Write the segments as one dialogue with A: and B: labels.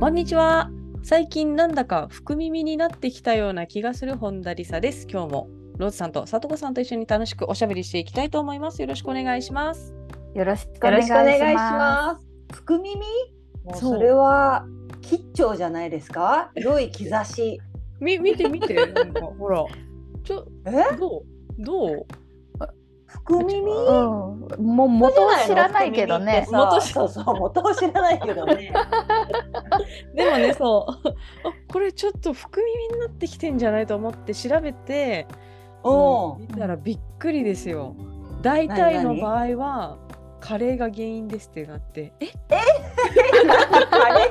A: こんにちは最近なんだか福耳になってきたような気がする本田理沙です今日もローズさんとさとこさんと一緒に楽しくおしゃべりしていきたいと思いますよろしくお願いします
B: よろしくお願
C: よろ
B: い
C: し
B: し
C: くお願いし
B: ま
C: ます。福耳もう
A: そう
C: それは吉兆じゃないですか良い兆し。
A: み見て見てなんかほらちょ
C: え
A: どうどう
C: 福耳
B: す。うん、もう元は知らないけどね
C: 福。耳ってさそうそう元を知らないけどね。
A: でもねそうあこれちょっと福耳になってきてんじゃないと思って調べて
C: お
A: 見たらびっくりですよ大体の場合はカレーが原因ですってなってえ
C: カレー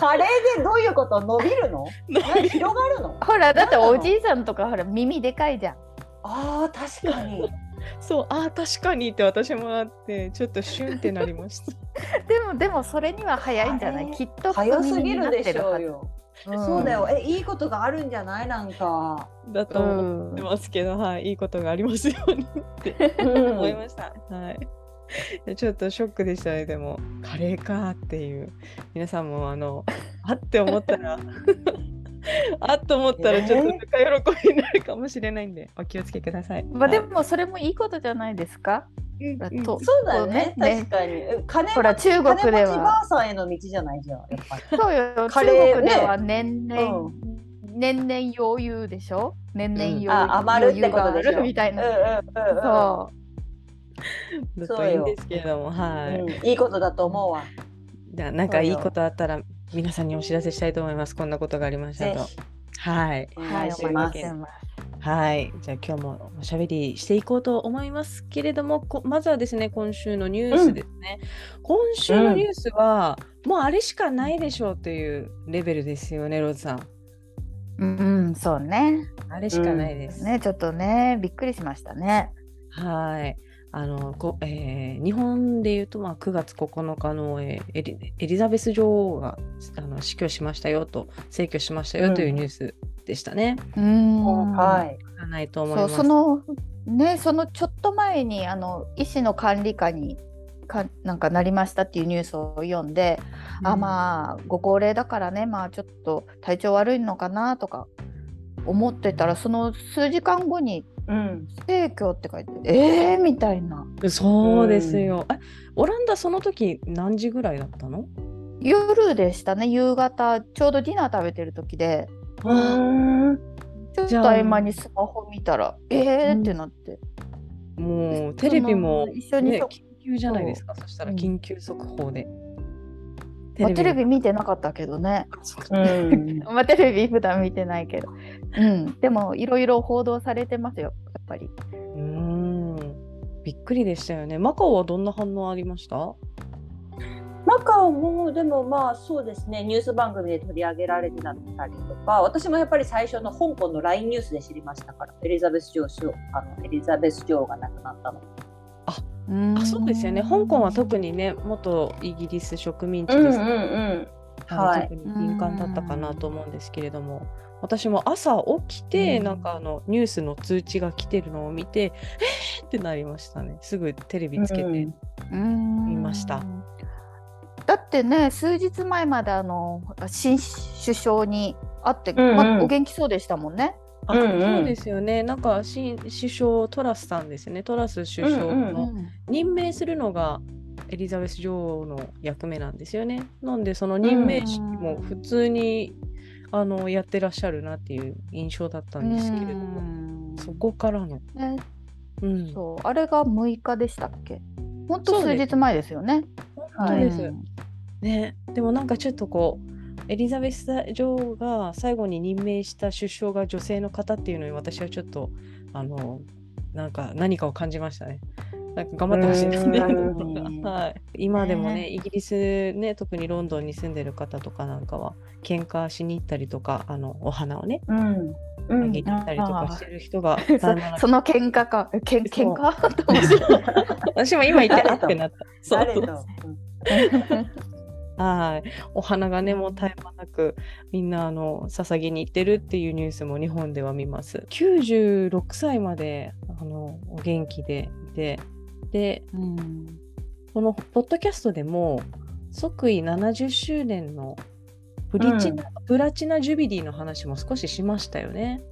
C: カレーでどういうこと伸びるの？何広がるの？
B: ほらだっておじいさんとかほら耳でかいじゃん。
C: ああ確かに。
A: そうあー確かにって私もなってちょっとシュンってなりました
B: でもでもそれには早いんじゃな
C: あ
B: い？
C: れ
B: きっと
C: 早すぎ
B: 耳にな
C: る
B: っ
C: で
B: て
C: しょ
B: は
C: う
B: ず
C: よ。そうだ。よ。えいいことがあるんじゃないなんか。
A: だと
B: う
A: 思
B: ん
A: ってますけど、はいいいことがありますようにって
C: う
A: 思い
C: ん。
A: ました、はいちょっとショックでしたねでもカレーかーっていう皆さんもあの あって思ったら あっと思ったらちょっとぬか喜びになるかもしれないんでお気をつけください
B: まあで
A: は
B: もそれもいいことじゃないですか？
A: いうんうん
B: と
C: そうだよね
B: こうね
C: 確かに。え金
B: ほら中国
C: 金持
B: で
C: ち
B: は
C: ばあさんへの道じゃないじゃんやっぱり。
B: そうよ。
C: カ
B: 中
C: レー
B: 国で
C: ね
B: は年々、
C: う
B: 年々余裕でしょ？年々余裕,、
C: あ余るってことでしょ
B: みたいな。
C: うんうんうんうん
B: そう。
A: だといいんですけれどもはい、
C: うんいいことだと思うわ。
A: じゃあなんかいい
C: そうよ
A: ことあったら皆さんにお知らせしたいと思いますこんなことがありました
C: ぜ
A: と
C: ひ
A: はい
C: お
B: は
C: 願
B: い、
C: い
B: お
C: し
B: 待
C: ま
B: ち
C: す。
B: してます。
A: はいじゃあ今日もおしゃべりしていこうと思いますけれどもこまずはですね今週のニュースですね、今週のニュースは、もうあれしかないでしょうというレベルですよねローズさん
B: うん、うんそうね。
A: あれしかないです、
B: ね、ちょっとね、びっくりしましたね。
A: はいあのこえー日本でいうと、まあ、9月9日の、えーエリエリザベス女王があの死去しましたよと逝去しましたよというニュースでしたね。
B: うん
C: はい。
A: 知らないと思
B: そ
A: いま
B: う、
A: す
B: その、ね、そのちょっと前に、あの、医師の管理下に。かなんかなりましたっていうニュースを読んで、あまあご高齢だからねまあちょっと体調悪いのかなとか思ってたらその数時間後に
C: うん。
B: 「逝去」って書いて「えー!」みたいな
A: そうですよ。え、オランダその時何時ぐらいだったの？
B: 夜でしたね夕方ちょうどディナー食べてる時でちょっ
A: じゃ
B: と
A: あ
B: 合間にスマホ見たら、えーってなって。
A: もうテレビも
B: その一緒に
A: ね
B: そう
A: 緊急じゃないですか。そしたら
B: うん
A: 緊急速報で。
B: まあ、テレビ見てなかったけどね。
C: うん。
B: まあ、テレビ普段見てないけど。うん。でも、いろいろ報道されてますよ、やっぱり。
A: うん。びっくりでしたよね。マカオはどんな反応ありました？
C: マカオもでもまあそうですねニュース番組で取り上げられてたりとか私もやっぱり最初の香港の LINE ニュースで知りましたからエリザベス女王あのエリザベス女王が亡くなったの。
A: あ、そうですよね。香港は特にね、元イギリス植民地ですから、
C: ん
A: あの
C: はい
A: 特に敏感だったかなと思うんですけれども。私も朝起きて、
B: うん
A: なんかあのニュースの通知が来てるのを見て、えーってなりましたね。すぐテレビつけて、
C: うん
B: うん
A: 見ました。
B: だってね、数日前まであの新首相に会って、
C: んうん
B: まあお元気そうでしたもんね。
A: あ
C: うんうん
A: そうですよね、なんか新首相、トラスさんですね、トラス首相
C: うんう
A: の任命するのがエリザベス女王の役目なんですよね。なんで、その任命式も普通に、あのやってらっしゃるなっていう印象だったんですけれども、
B: うん
A: そこからの、
B: ね
A: うん、本
B: そうあれが6日でしたっけほんと
A: そう
B: 数
A: です
B: 日前ですよね。
A: 当
C: そう
A: です、
B: うん
A: ね。でもなんかちょっとこう、エリザベス女王が最後に任命した首相が女性の方っていうのに、私はちょっと、あのなんか何かを感じましたね。なんか頑張ってほしいですね。
C: う
B: ーん
A: はい、今でもね、
B: ね
A: イギリスね、特にロンドンに住んでる方とかなんかは、喧嘩しに行ったりとか、あのお花をね、
C: うん。
B: う
A: あ
B: ん
A: げに行ったりとかしてる人が、だんだん
B: そその喧嘩かえけん
A: そ
B: 喧
A: う
B: 嘩と思って
A: 私も今言って
C: 誰
A: あっ
C: と
A: てなった。そう
C: 誰
A: そ
C: と
A: う。はい、お花がね、もう絶え間なく、みんなあの捧げに行ってるっていうニュースも日本では見ます。96歳まであのお元気でいて、で、
B: うん
A: このポッドキャストでも即位70周年のプリチナ、プラチナジュビリーの話も少ししましたよね。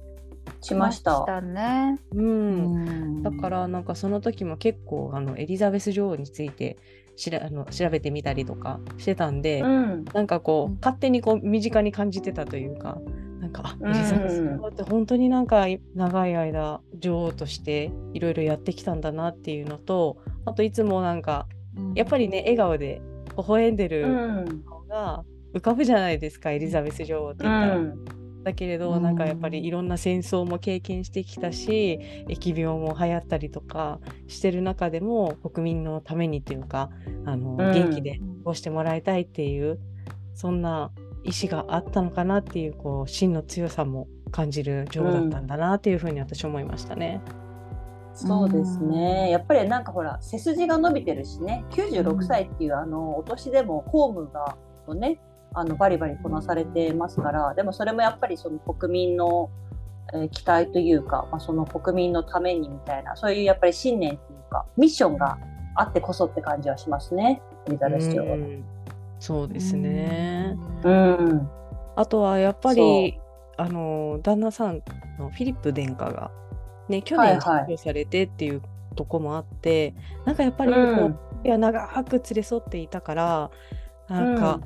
C: しました。
B: ね、
A: うん、だ
B: だ
A: かららなんかその時も結構あのエリザベス女王についてしらあの調べてみたりとかしてたんで、
C: うん。
A: なんかこう、
B: うん
A: 勝手にこう身近に感じてたというかなんか
C: うん
A: あエリザベス女王って本当になんか長い間女王としていろいろやってきたんだなっていうのとあといつもなんかやっぱりね笑顔で微笑んで
C: う
A: る
C: ん。
A: 顔が浮かぶじゃないですか、エリザベス女王って
C: う
A: 言ったら。
C: ん。
A: だけれど、
B: うん
A: なんかやっぱりいろんな戦争も経験してきたし疫病も流行ったりとかしてる中でも国民のためにというかあの、
C: ん
A: 元気で過ごしてもらいたいっていうそんな意志があったのかなっていうこう真の強さも感じる女王だったんだなっていうふうに私思いましたね。
C: そうです
B: うん
C: ね。やっぱりなんかほら背筋が伸びてるしね。96歳っていうあのお年でも公務がをねあのバリバリこなされてますから。でもそれもやっぱりその国民のえー期待というか、まあ、その国民のためにみたいなそういうやっぱり信念というかミッションがあってこそって感じはしますねエリザベス女王
A: う
C: は。
A: んそうですね、
C: うん
A: あとはやっぱ
C: そ
A: りあの旦那さんのフィリップ殿下が、ね、去
C: はい
A: 年
C: はい
A: 発表されてっていうとこもあって、なんかやっぱりこ
C: う
A: う、
C: ん
A: いや長く連れ添っていたからなんか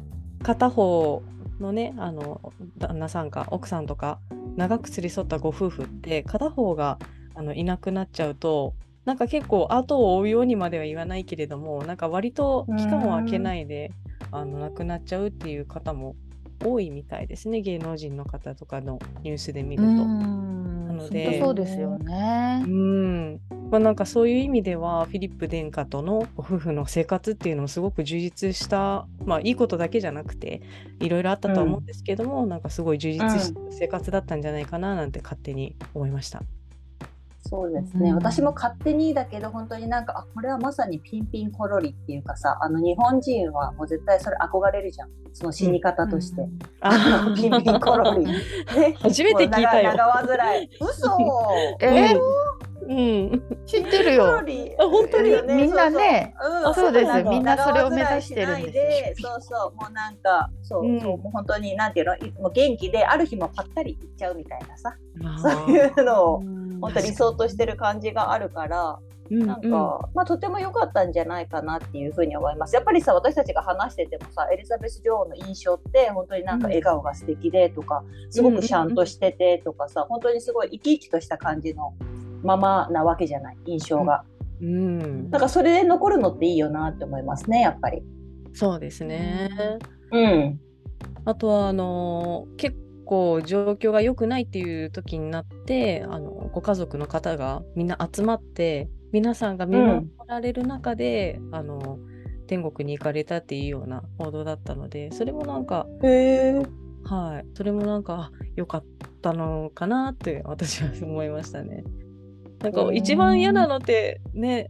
A: 片方のねあの旦那さんか奥さんとか長く連れ添ったご夫婦って片方があのいなくなっちゃうとなんか結構後を追うようにまでは言わないけれどもなんか割と期間を空けないで、あの亡くなっちゃうっていう方も多いみたいですね芸能人の方とかのニュースで見ると。なので
B: 本当そうですよね
A: う。んまあ、なんかそういう意味ではフィリップ殿下とのご夫婦の生活っていうのもすごく充実した、まあ、いいことだけじゃなくていろいろあったとは思うんですけども、なんかすごい充実した生活だったんじゃないかななんて勝手に思いました。
C: そうですね、
B: うん
C: 私も勝手にだけど本当になんかあこれはまさにピンピンコロリっていうかさあの日本人はもう絶対それ憧れるじゃんその死に方として、
A: あ
C: ピンピンコロ リ、ね、
A: 初めて聞いたよ
C: もう長長患い嘘
B: えー
A: うん、
B: 知ってる
C: コロ
B: よ。
C: リ
A: あ本当に
C: よ
B: みんなね
C: うん
A: あそうです
C: なの
A: み
B: んなそれを目指してるんです
C: 長患いしないでそうそうもうなんかそう,、
A: うん
C: そうもう本当になんていうのいもう元気である日もぱったり行っちゃうみたいなさ
A: あ
C: そういうのを
B: うん
C: 本当理想としてる感じがあるから。
A: ー
C: なんか、
A: うんうん
C: まあ、とても良かったんじゃないかなっていうふうに思います。やっぱりさ私たちが話しててもさエリザベス女王の印象って本当になんか
A: うん
C: 笑顔が素敵でとか、すごくシャンとしててとかさ本当にすごい生き生きとした感じのままなわけじゃない印象が、
A: うん
C: なんかそれで残るのっていいよなって思いますねやっぱり。
A: そうですね。
C: うん、
A: あとはあのー結構状況が良くないっていう時になってあのご家族の方がみんな集まって皆さんが見守られる中で、あの天国に行かれたっていうような報道だったのでそれもなんか
C: へえ
A: はいそれもなんかあ良かったのかなって私は思いましたね。なんか
C: うん
A: 一番嫌なのってね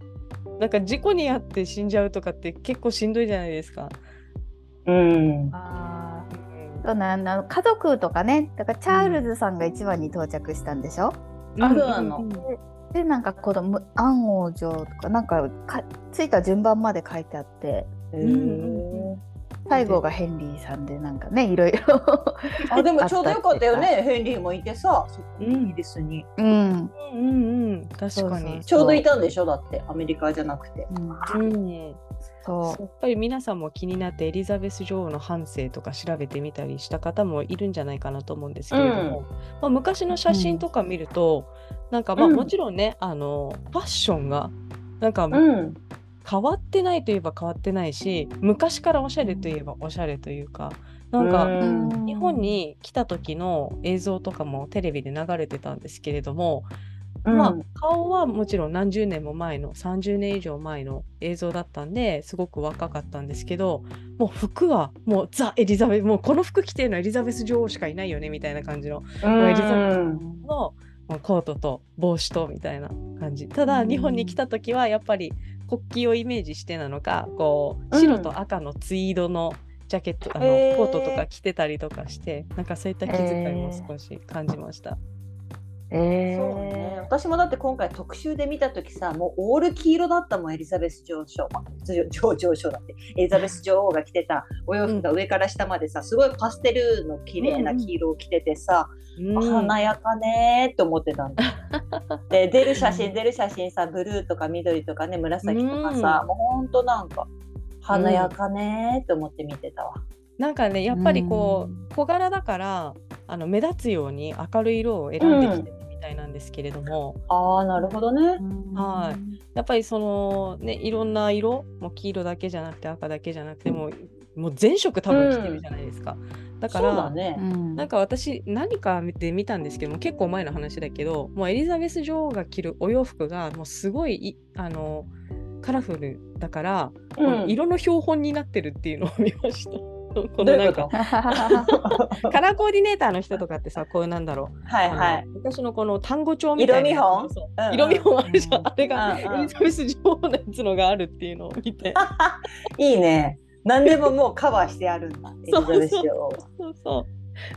A: なんか事故に遭って死んじゃうとかって結構しんどいじゃないですか。
C: うん
B: あーそうなんだ家族とかねだからチャールズさんが一番に到着したんでしょ、
C: あそうなの
A: うん
B: でなんか子供アン王女とかなんかかついた順番まで書いてあって
A: んうん
B: 最後がヘンリーさんでなんかねいろいろ
C: あでもちょうどよかったよねヘンリーもいてさそっか
A: うん
C: イギリスに
B: うん、
A: うんうんうん、確かに。
C: ちょうどいたんでしょだってアメリカじゃなくて。
B: うん、
A: うん、
B: そ
A: や
B: う
A: っぱり皆さんも気になってエリザベス女王の半生とか調べてみたりした方もいるんじゃないかなと思うんですけれども、まあ、昔の写真とか見ると、なんかまあ
C: うん
A: もちろんね、あのファッションがなんか
C: うん
A: 変わってないといえば変わってないし昔からおしゃれといえばおしゃれというかなんか、
C: うん
A: 日本に来た時の映像とかもテレビで流れてたんですけれどもまあ
C: うん、
A: 顔はもちろん何十年も前の30年以上前の映像だったんですごく若かったんですけどもう服はもうザ・エリザベスもうこの服着てるのはエリザベス女王しかいないよねみたいな感じのエリザベスのまあコートと帽子とみたいな感じただ
B: うん
A: 日本に来た時はやっぱり国旗をイメージしてなのかこう
C: うん
A: 白と赤のツイードのジャケット、あ
C: へ
A: の
C: ー
A: コートとか着てたりとかしてなんかそういった気遣いも少し感じました。
B: え
C: そうね、私もだって今回特集で見た時さもうオール黄色だったもんエリザベス女王賞女女王賞だってエリザベス女王が着てたお洋服が上から下までさすごいパステルの綺麗な黄色を着ててさ、
A: うん
C: 華やかねーって思って たんだで出る写真出る写真さブルーとか緑とかね紫とかさ、
A: うん
C: もうほんとなんか華やかねーって思って見てたわ。
A: なんかねやっぱりこう、小柄だからあの目立つように明るい色を選んできてるみたいなんですけれども、
C: あーなるほどね。
A: はやっぱりそのねいろんな色もう黄色だけじゃなくて赤だけじゃなくてもうもう全色多分着てるじゃないですか。だから
C: そうだね。
A: な んか私何かで見たんですけども結構前の話だけどもうエリザベス女王が着るお洋服がもうすごいいあのカラフルだから、この色の標本になってるっていうのを見 ました。こ
C: ど
A: の
C: うい
A: な
C: うんこ
A: か
C: と
A: カラーコーディネーターの人とかってさこうなんだろう
C: はいは
A: あ
C: い。
A: の昔のこの単語帳みたいなやつ
C: 色見本
A: そう
C: うんうん
A: 色見本あるじゃん、
B: うん
A: あれが、
C: うんうん
A: エリザベス女王のやつのがあるっていうのを見て
C: いいね。何でももうカバーしてあるんだ。エ
A: そ
C: リザ
A: うそう
C: ベス女王は
A: そうそ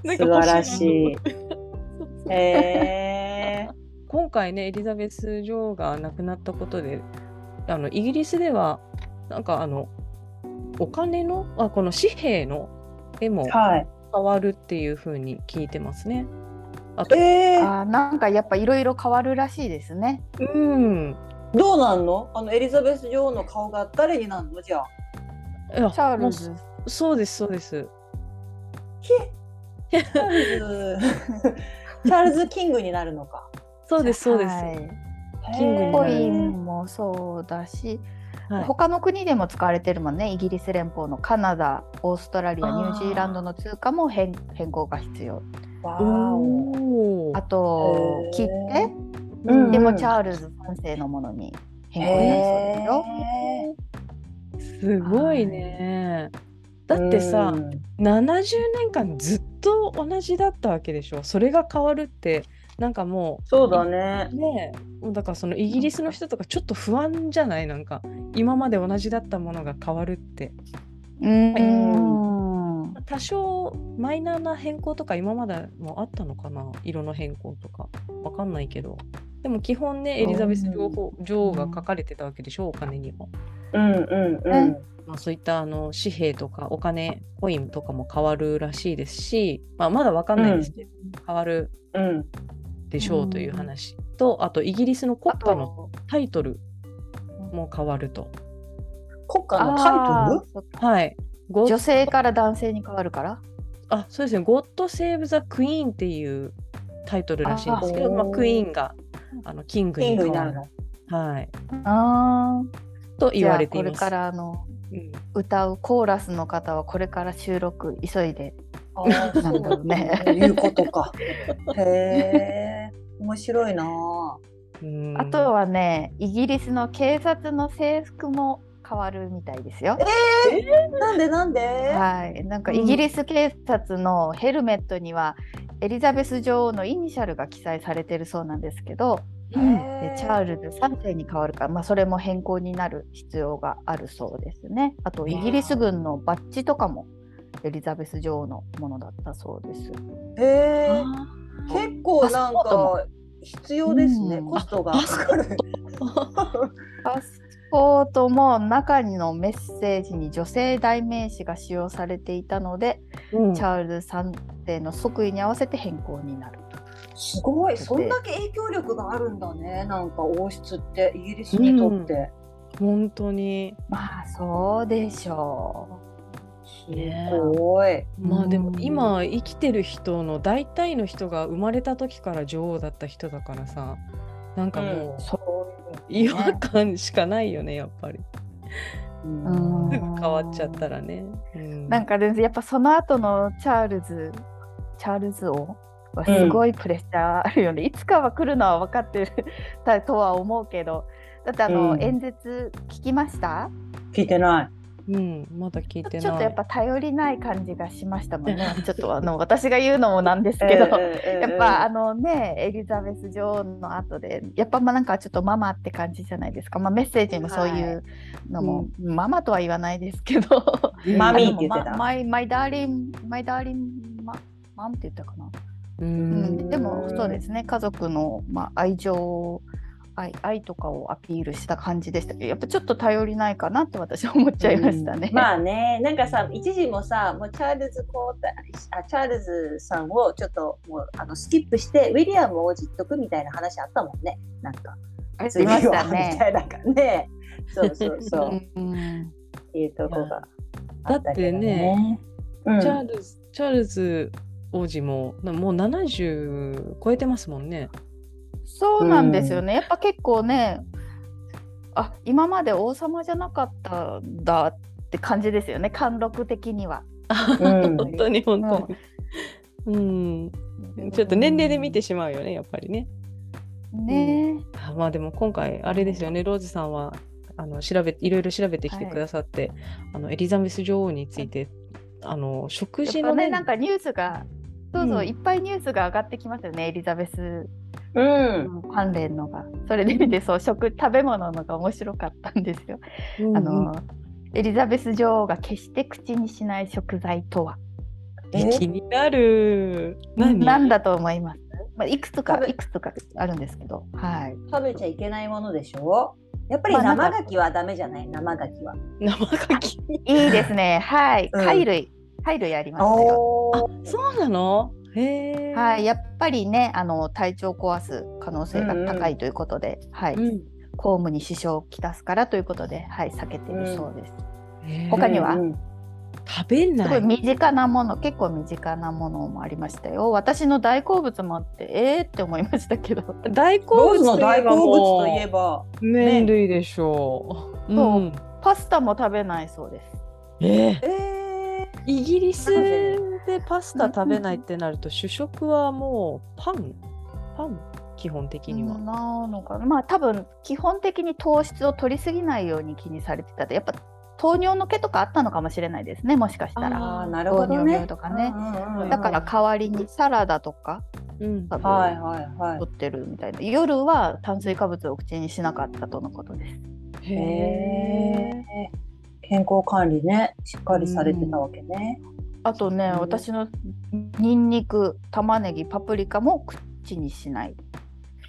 A: うなん
C: 素
A: か欲
C: 晴ら
A: な
C: し
A: と思っ
C: い
A: て。
C: へえ。
A: 今回ねエリザベス女王が亡くなったことであのイギリスではなんかあのお金のあこの紙幣の絵も
C: はい。
A: 変わるっていう風に聞いてますね。あと、
C: えー、
B: あーなんかやっぱいろいろ変わるらしいですね。
A: うん
C: どうなんの？あのエリザベス女王の顔が誰になるのじゃあ。
A: いや
B: チャー
A: も
B: ル
A: う
B: ズ。
A: そうですそうです。
C: チャー ルズチャールズキングになるのか。
A: そうですそうです。
B: はい
A: キングにな
B: コ
A: る
B: イ
C: へー
B: ンもそうだし、
A: はい
B: 他の国でも使われてるもんねイギリス連邦のカナダオーストラリア
C: あー
B: ニュージーランドの通貨も変変更が必要
C: わ
A: お
C: ーお。
A: おー
B: あと
C: へ
B: 切
C: ー
B: 手、
A: うん
B: でもチ
C: ー
B: ャールズ3世のものに変更になりそうですよ。
A: すごいね。だってさ、70年間ずっと同じだったわけでしょ。それが変わるってなんかも
C: そうだね
A: う。ねえ、だからそのイギリスの人とかちょっと不安じゃないなんか今まで同じだったものが変わるって。
B: うーん
A: 多少マイナーな変更とか今までもあったのかな色の変更とかわかんないけど。でも基本ねエリザベス女王女王が書かれてたわけでしょお金にも。
C: うんうんうん。
A: まあ、そういったあの紙幣とかお金コインとかも変わるらしいですし、まあ、まだわかんないですけど、変わる
C: うん、
A: でしょうという話と、あとイギリスの国
B: あ
A: 歌の
B: と
A: タイトルも変わると。
C: 国家のタイト
B: あー
A: はい、ゴ
B: 女性から男性に変わるから
A: あそうですね「ゴッド・セーブ・ザ・クイーン」っていうタイトルらしいんですけど
C: あ
A: まあ、クイーンがあのキング
C: ルキン
A: に
C: グに
A: 変
C: な
A: わ
C: る
A: る
C: の。
A: はい、
B: あ
A: と
B: ーじ
A: 言
B: ゃ
A: わ
B: あ
A: れて
B: こ
A: い
B: れ
A: ます。
B: からの
A: うん
B: 歌うコーラスの方はこれから収録急いで
C: あー
B: なんだろうね
C: そういうことか。 へえ、面白いなあ。
A: うん
B: あとはね、イギリスの警察の制服も変わるみたいですよ。
C: なんでなんで？
B: はい、なんかイギリス警察のヘルメットには、エリザベス女王のイニシャルが記載されてるそうなんですけど、
A: うん
B: でチャールズ3世に変わるから、まあ、それも変更になる必要があるそうですね。あとイギリス軍のバッジとかもエリザベス女王のものだったそうです。
C: へえ、
A: あー
C: 結構なん
B: パスポートも
C: か必要ですね。
B: うん
C: コストがかかる。
B: パスポートも中のメッセージに女性代名詞が使用されていたので、
A: うん
B: チャールズ3世の即位に合わせて変更になる。
C: すごい、そんだけ影響力があるんだね。なんか王室ってイギリスにとって。
A: 本当に
B: まあそうでしょ
A: ね
C: すごい。
B: う。
A: まあでも
B: うん
A: 今生きてる人の大体の人が生まれた時から女王だった人だからさなんかもう
B: そうい
A: 違
B: うのね、
A: 和感しかないよねやっぱり
B: うん
A: すぐ変わっちゃったらね、うん
B: なんかでやっぱその後のチャールズチャールズ王わすごいプレッシャーあるよね、いつかは来るのは分かってるたとは思うけどだってあの、
C: うん
B: 演説聞きました
C: 聞いてない。
A: うん、まだ聞いてない。
B: ちょっとやっぱ頼りない感じがしましたもんねちょっとあの私が言うのもなんですけど。やっぱあのねエリザベス女王の後でやっぱまあなんかちょっとママって感じじゃないですか、まあ、メッセージもそういうのも、ママとは言わないですけど
A: うん
C: マミーって言ってた
B: マイマイダーリンマイダーリンママンって言ったかな、
A: う
B: うんん、でもそうですね家族の、まあ、愛情愛愛とかをアピールした感じでしたけどやっぱちょっと頼りないかなって私は思っちゃいましたね。
C: まあね、なんかさ、一時もさ、もうチャールズ皇太あチャールズさんをちょっともうあのスキップして、ウィリアム王子とくみたいな話あったもんね、なんか。
B: ありました
C: 次はみ
B: ね。
C: たいな感じ ね。そうそうそうう。
B: ん
C: っていうとこがあ
A: だ
C: っ
A: った
C: け
A: て
C: ど
A: ね、
C: ね。うん
A: チャールズ、チャールズ王子も、なもう70超えてますもんね。
B: そうなんですよね。やっぱ結構ね、あ今まで王様じゃなかったんだって感じですよね。貫禄的には。
C: うん
A: 本当に本当に。うん、ちょっと年齢で見てしまうよね、やっぱりね。
B: ねえ。
A: あまあでも今回あれですよね、ローズさんはあの調べいろいろ調べてきてくださって、あのエリザベス女王についてあの食
B: や
A: 事
B: っ
A: の
B: ぱ
A: ね
B: ねなんかニュースがそうそう、
A: うん
B: いっぱいニュースが上がってきますよね。エリザベス
C: うん。
B: 関連のが。それで見てそう食食べ物のが面白かったんですよ。
A: うん
B: あのエリザベス女王が決して口にしない食材とは
A: え気になる何
B: 何だと思います。まあいくつ
C: 多
B: か
C: 分
B: いくつかあるんですけど、はい。
C: 食べちゃいけないものでしょやっぱり
B: まあな
C: 生
B: んか
C: 牡蠣はダメじゃない生牡蠣は。
A: 生牡蠣
B: いいですね。はい。
C: うん
B: 貝類。貝類ありましたよ。
C: お
A: そうなのへえ
B: はい。やっぱりね、あの、体調を壊す可能性が高いということで、はい。
A: うん
B: 公務に支障をきたすからということで、はい。避けてるそうです。
A: へー
B: 他には
A: 食べ
B: す
A: な
B: ごい
A: い
B: 身近なもの、結構身近なものもありましたよ。私の大好物もあって、えーって思いましたけど。
A: 大好
C: ロー
A: 物
C: ズの
A: といえ
C: 大
A: ば
C: 好
A: も
C: 物
A: う
C: といえば。
A: 麺類でしょう、
B: そう
A: うん
B: パスタも食べないそうです。
A: ええ
C: えー
A: イギリスでパスタ食べないってなると主食はもうパンパン基本的には、
B: なのかな。まあ多分、基本的に糖質を取りすぎないように気にされてたで、やっぱ糖尿の毛とかあったのかもしれないですね、もしかしたら。
C: あ
A: あ
C: ー
A: ー
C: なるほど
B: 糖尿
C: ね
B: 病。とかね
C: うんうんうん
B: だから代わりにサラダとか
A: うん
B: 多分
C: はいはいはい。
B: 取ってるみたいな夜は炭水化物を口にしなかったとのことです
A: へ
C: へ
A: え
C: え健康管理ねしっかりされてたわけね。
B: あとね
C: うん
B: 私のニンニク玉ねぎパプリカも口にしない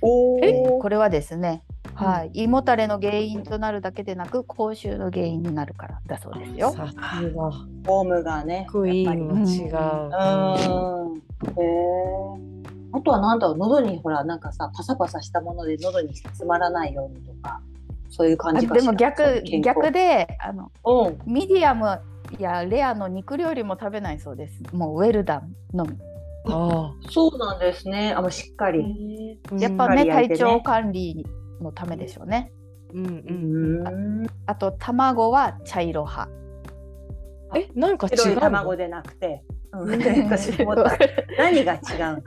C: お
B: え
C: お
B: これはですねはい、胃もたれの原因となるだけでなく口臭の原因になるからだそうですよ。
A: さすが
C: ホームがね。
A: クイーンは違
C: う
A: う、
C: ん。へえ。あとはなんだろう喉にほらなんかさパサパサしたもので喉に詰まらないようにとかそういう感
B: あ
C: じかし
B: で
C: ら。
B: も逆
C: 健康
B: 逆であの
C: うん。
B: ミディアムやレアの肉料理も食べないそうです。もうウェルダンのみ。
A: あ
C: そうなんですね。あもうしっか
A: あ
C: り。
A: うん
B: やっぱね
C: しっかり焼いて
B: 体
C: ね
B: 調管理のためでしょうね。
A: うんう
C: うんん。
B: あと卵は茶色 派。
A: えなんか違
C: 白
A: う
C: い
A: の
C: 卵でなくて。 うん、私も思った
B: じ
C: 何が違うの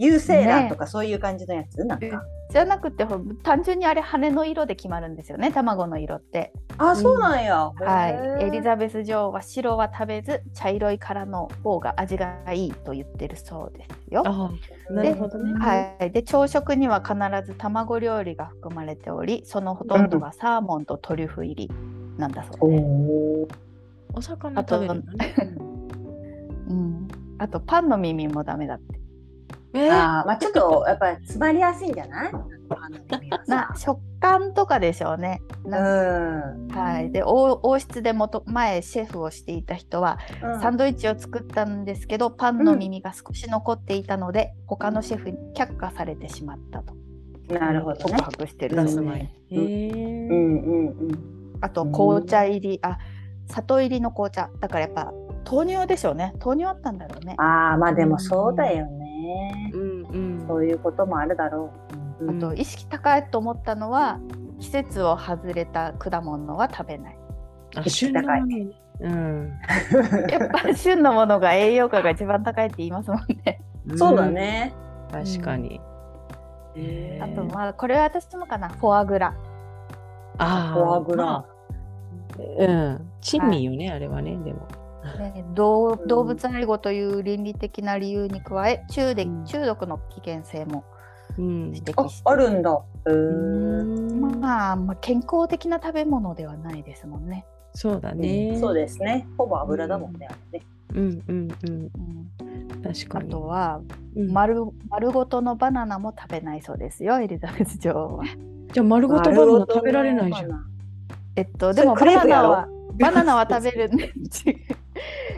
C: 有精卵とかそういう感じのやつ、なんか。
B: ゃなくてほん単純にあれ羽の色で決まるんですよね卵の色って。
C: あそうなんや。
B: はい。エリ
C: ベ
B: ザベス女王は白は食べず茶色いからの方が味がいいと言ってるそうですよ。
A: ああなるほどね
B: はい、で朝食には必ず卵料理が含まれておりそのほとんどがサーモンとトリュフ入りなんだそうです。
C: おー
A: お魚食べるのね
B: うん、あとパンの耳もダメだって。
A: え
C: あーまあちょっとやっぱり詰まりやすいんじゃないあの耳は
B: な
C: さ
B: 食感とかでしょうね。なんか
C: うん
B: はい、で王王室でもと前シェフをしていた人は、
C: うん
B: サンドイッチを作ったんですけどパンの耳が少し残っていたので、他のシェフに却下されてしまったと
C: なるほど
B: 告
C: ね。
B: 白してる
A: 出
B: ですす
A: 前
B: ね
A: へえ
C: うんうんうん。
B: あと紅茶入りあ砂糖入りの紅茶だからやっぱ糖尿でしょうね糖尿あったんだろうねあ
C: ああまあでもそうだよね。
A: うんうん
C: そういうこともあるだろう。うん
B: と意識高いと思ったのは季節を外れた果物は食べ ない
A: あ旬のものねうん
B: やっぱ旬のものが栄養価が一番高いって言いますもんね
C: そうだ。ね。
A: 確かに。
C: へー
B: あとまあこれは私もかなフォアグラ
A: ああ。
C: フォアグラ
A: ま。あうん。珍味よね、あれはね、でも。
B: ね動
C: うん
B: 動物愛護という倫理的な理由に加え中で
A: うん
B: 中毒の危険性も
A: うん。
B: 指摘
C: あ
B: して、
C: あるんだ。へー
A: まあ
B: まあ、まあ健康的な食べ物ではないですもんね。
A: そうだね。
C: そうですね。ほぼ油だもんね。あれね
A: うんうんうん。
B: うん、
A: 確か
B: あ
A: に。
B: とは
A: うん
B: 丸丸ごとのバナナも食べないそうですよエリザベス女王 は。
A: じゃあ丸ごとバナナ食べられないじゃん。
C: ん。
B: えっと
C: それ
B: でも
C: ク
B: バ
C: レー
B: ナ
C: プや
B: ナ
C: ろ
B: はバナナは食べるね。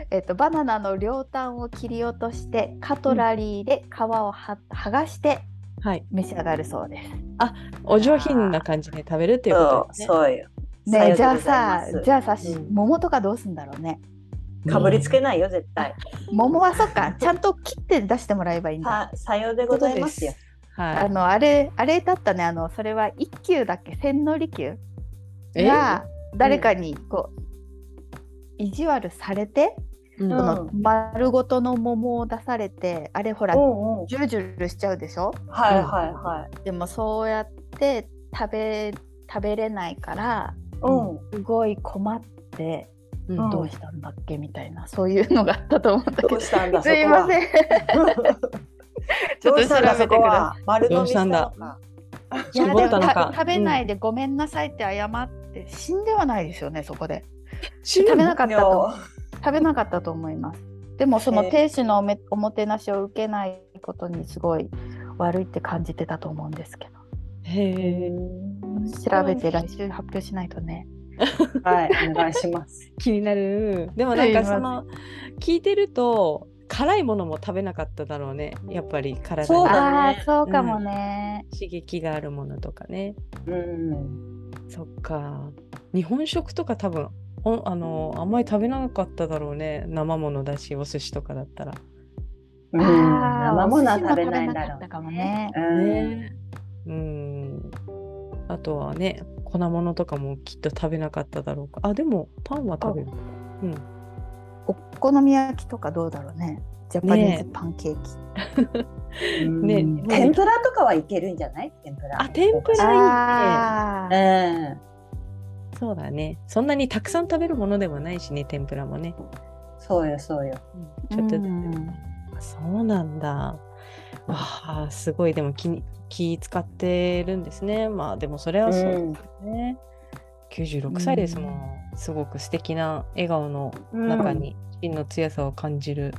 B: えっとバナナの両端を切り落としてカトラリーで皮をは剥がして
A: はい。
B: 召し上がるそうです。
A: お上品な感じで食べるっていう
C: そ
A: こ
C: う、
A: とね。
C: そうよ。さ
B: ね
C: よう
B: じ
C: で
B: ゃ
C: ご
B: あ
C: ざいま
B: さ
C: す
B: じゃあさ、し
C: うん
B: 桃とかどうすんだろうね。
C: かぶりつけないよ、絶対。
B: 桃はそっ かちゃんと切って出してもらえばいいんだ。
C: さ、さようでございますよ。。
B: あ
A: はい。
B: のあれあれだったねあのそれは一級だっけ千利休
A: え
B: が誰かにこう、意地悪されて、
A: うん
C: う
B: そ
C: ん
B: の丸ごとの桃を出されてあれほら、
C: うんうん。
B: ジュルジュルしちゃうでしょ
C: はいはいはい。
B: でもそうやって食べ食べれないから
C: うん。
B: すごい困って
A: うん
C: うん
B: どうしたんだっけみたいなそういうのがあったと思うんだけ
C: ど
B: ど
C: う。したんだ。
B: すいま
C: ん。
B: せん。
C: ちょっと調べ
B: ちょっと調べて
C: て
B: くだ
C: く
B: さ
C: ださい。
A: どうしたんだ。
B: いやでも
A: 絞ったのか
B: た食べないでごめんなさいって謝って、死んではないですよねそこで
A: 死ぬ
B: 食べ
A: の
B: なかったと食べなかったと思いますでもその
C: へえ
B: 亭主のおめおもてなしを受けないことにすごい悪いって感じてたと思うんですけど
A: へえ。
B: 調べて来週発表しないとね
C: はい、お願いします。
A: 気になる。でもなんか
B: す
A: そ
B: いま
A: の聞いてると辛いものも食べなかっただろうね。やっぱり体に
C: そうだね
B: ああーそうかもね、
A: 刺激があるものとかね。
C: うん。
A: そっか。日本食とか多分ほんあのあんまり食べなかっただろうね。生ものだしお寿司とかだったら。
C: うん、
B: ああ
C: 生ものは食べないん
B: お寿司も食べな
C: だ
B: か
C: ろ
B: っ
C: う
B: た。かもね
C: うん。
A: ね。うん。あとはね、粉物とかもきっと食べなかっただろうか。あ、でもパンは食べる。うん。
B: お好み焼きとかどうだろうねジャパニーズパンケーキ、
A: ね
C: うん天ぷらとかはいけるんじゃない天ぷら。
A: あ天ぷら
B: ああ
C: うん。
A: そうだね。そんなにたくさん食べるものでもないしね、天ぷらもね。
C: そうよ、そうよ。
A: ちょっとずつ
B: うん
A: そうなんだ。わあ、すごい。でも気に気使ってるんですね。まあでもそれはそうですね。96歳ですもん。すごく素敵な笑顔の
C: うん
A: 中。に真の強さを感じる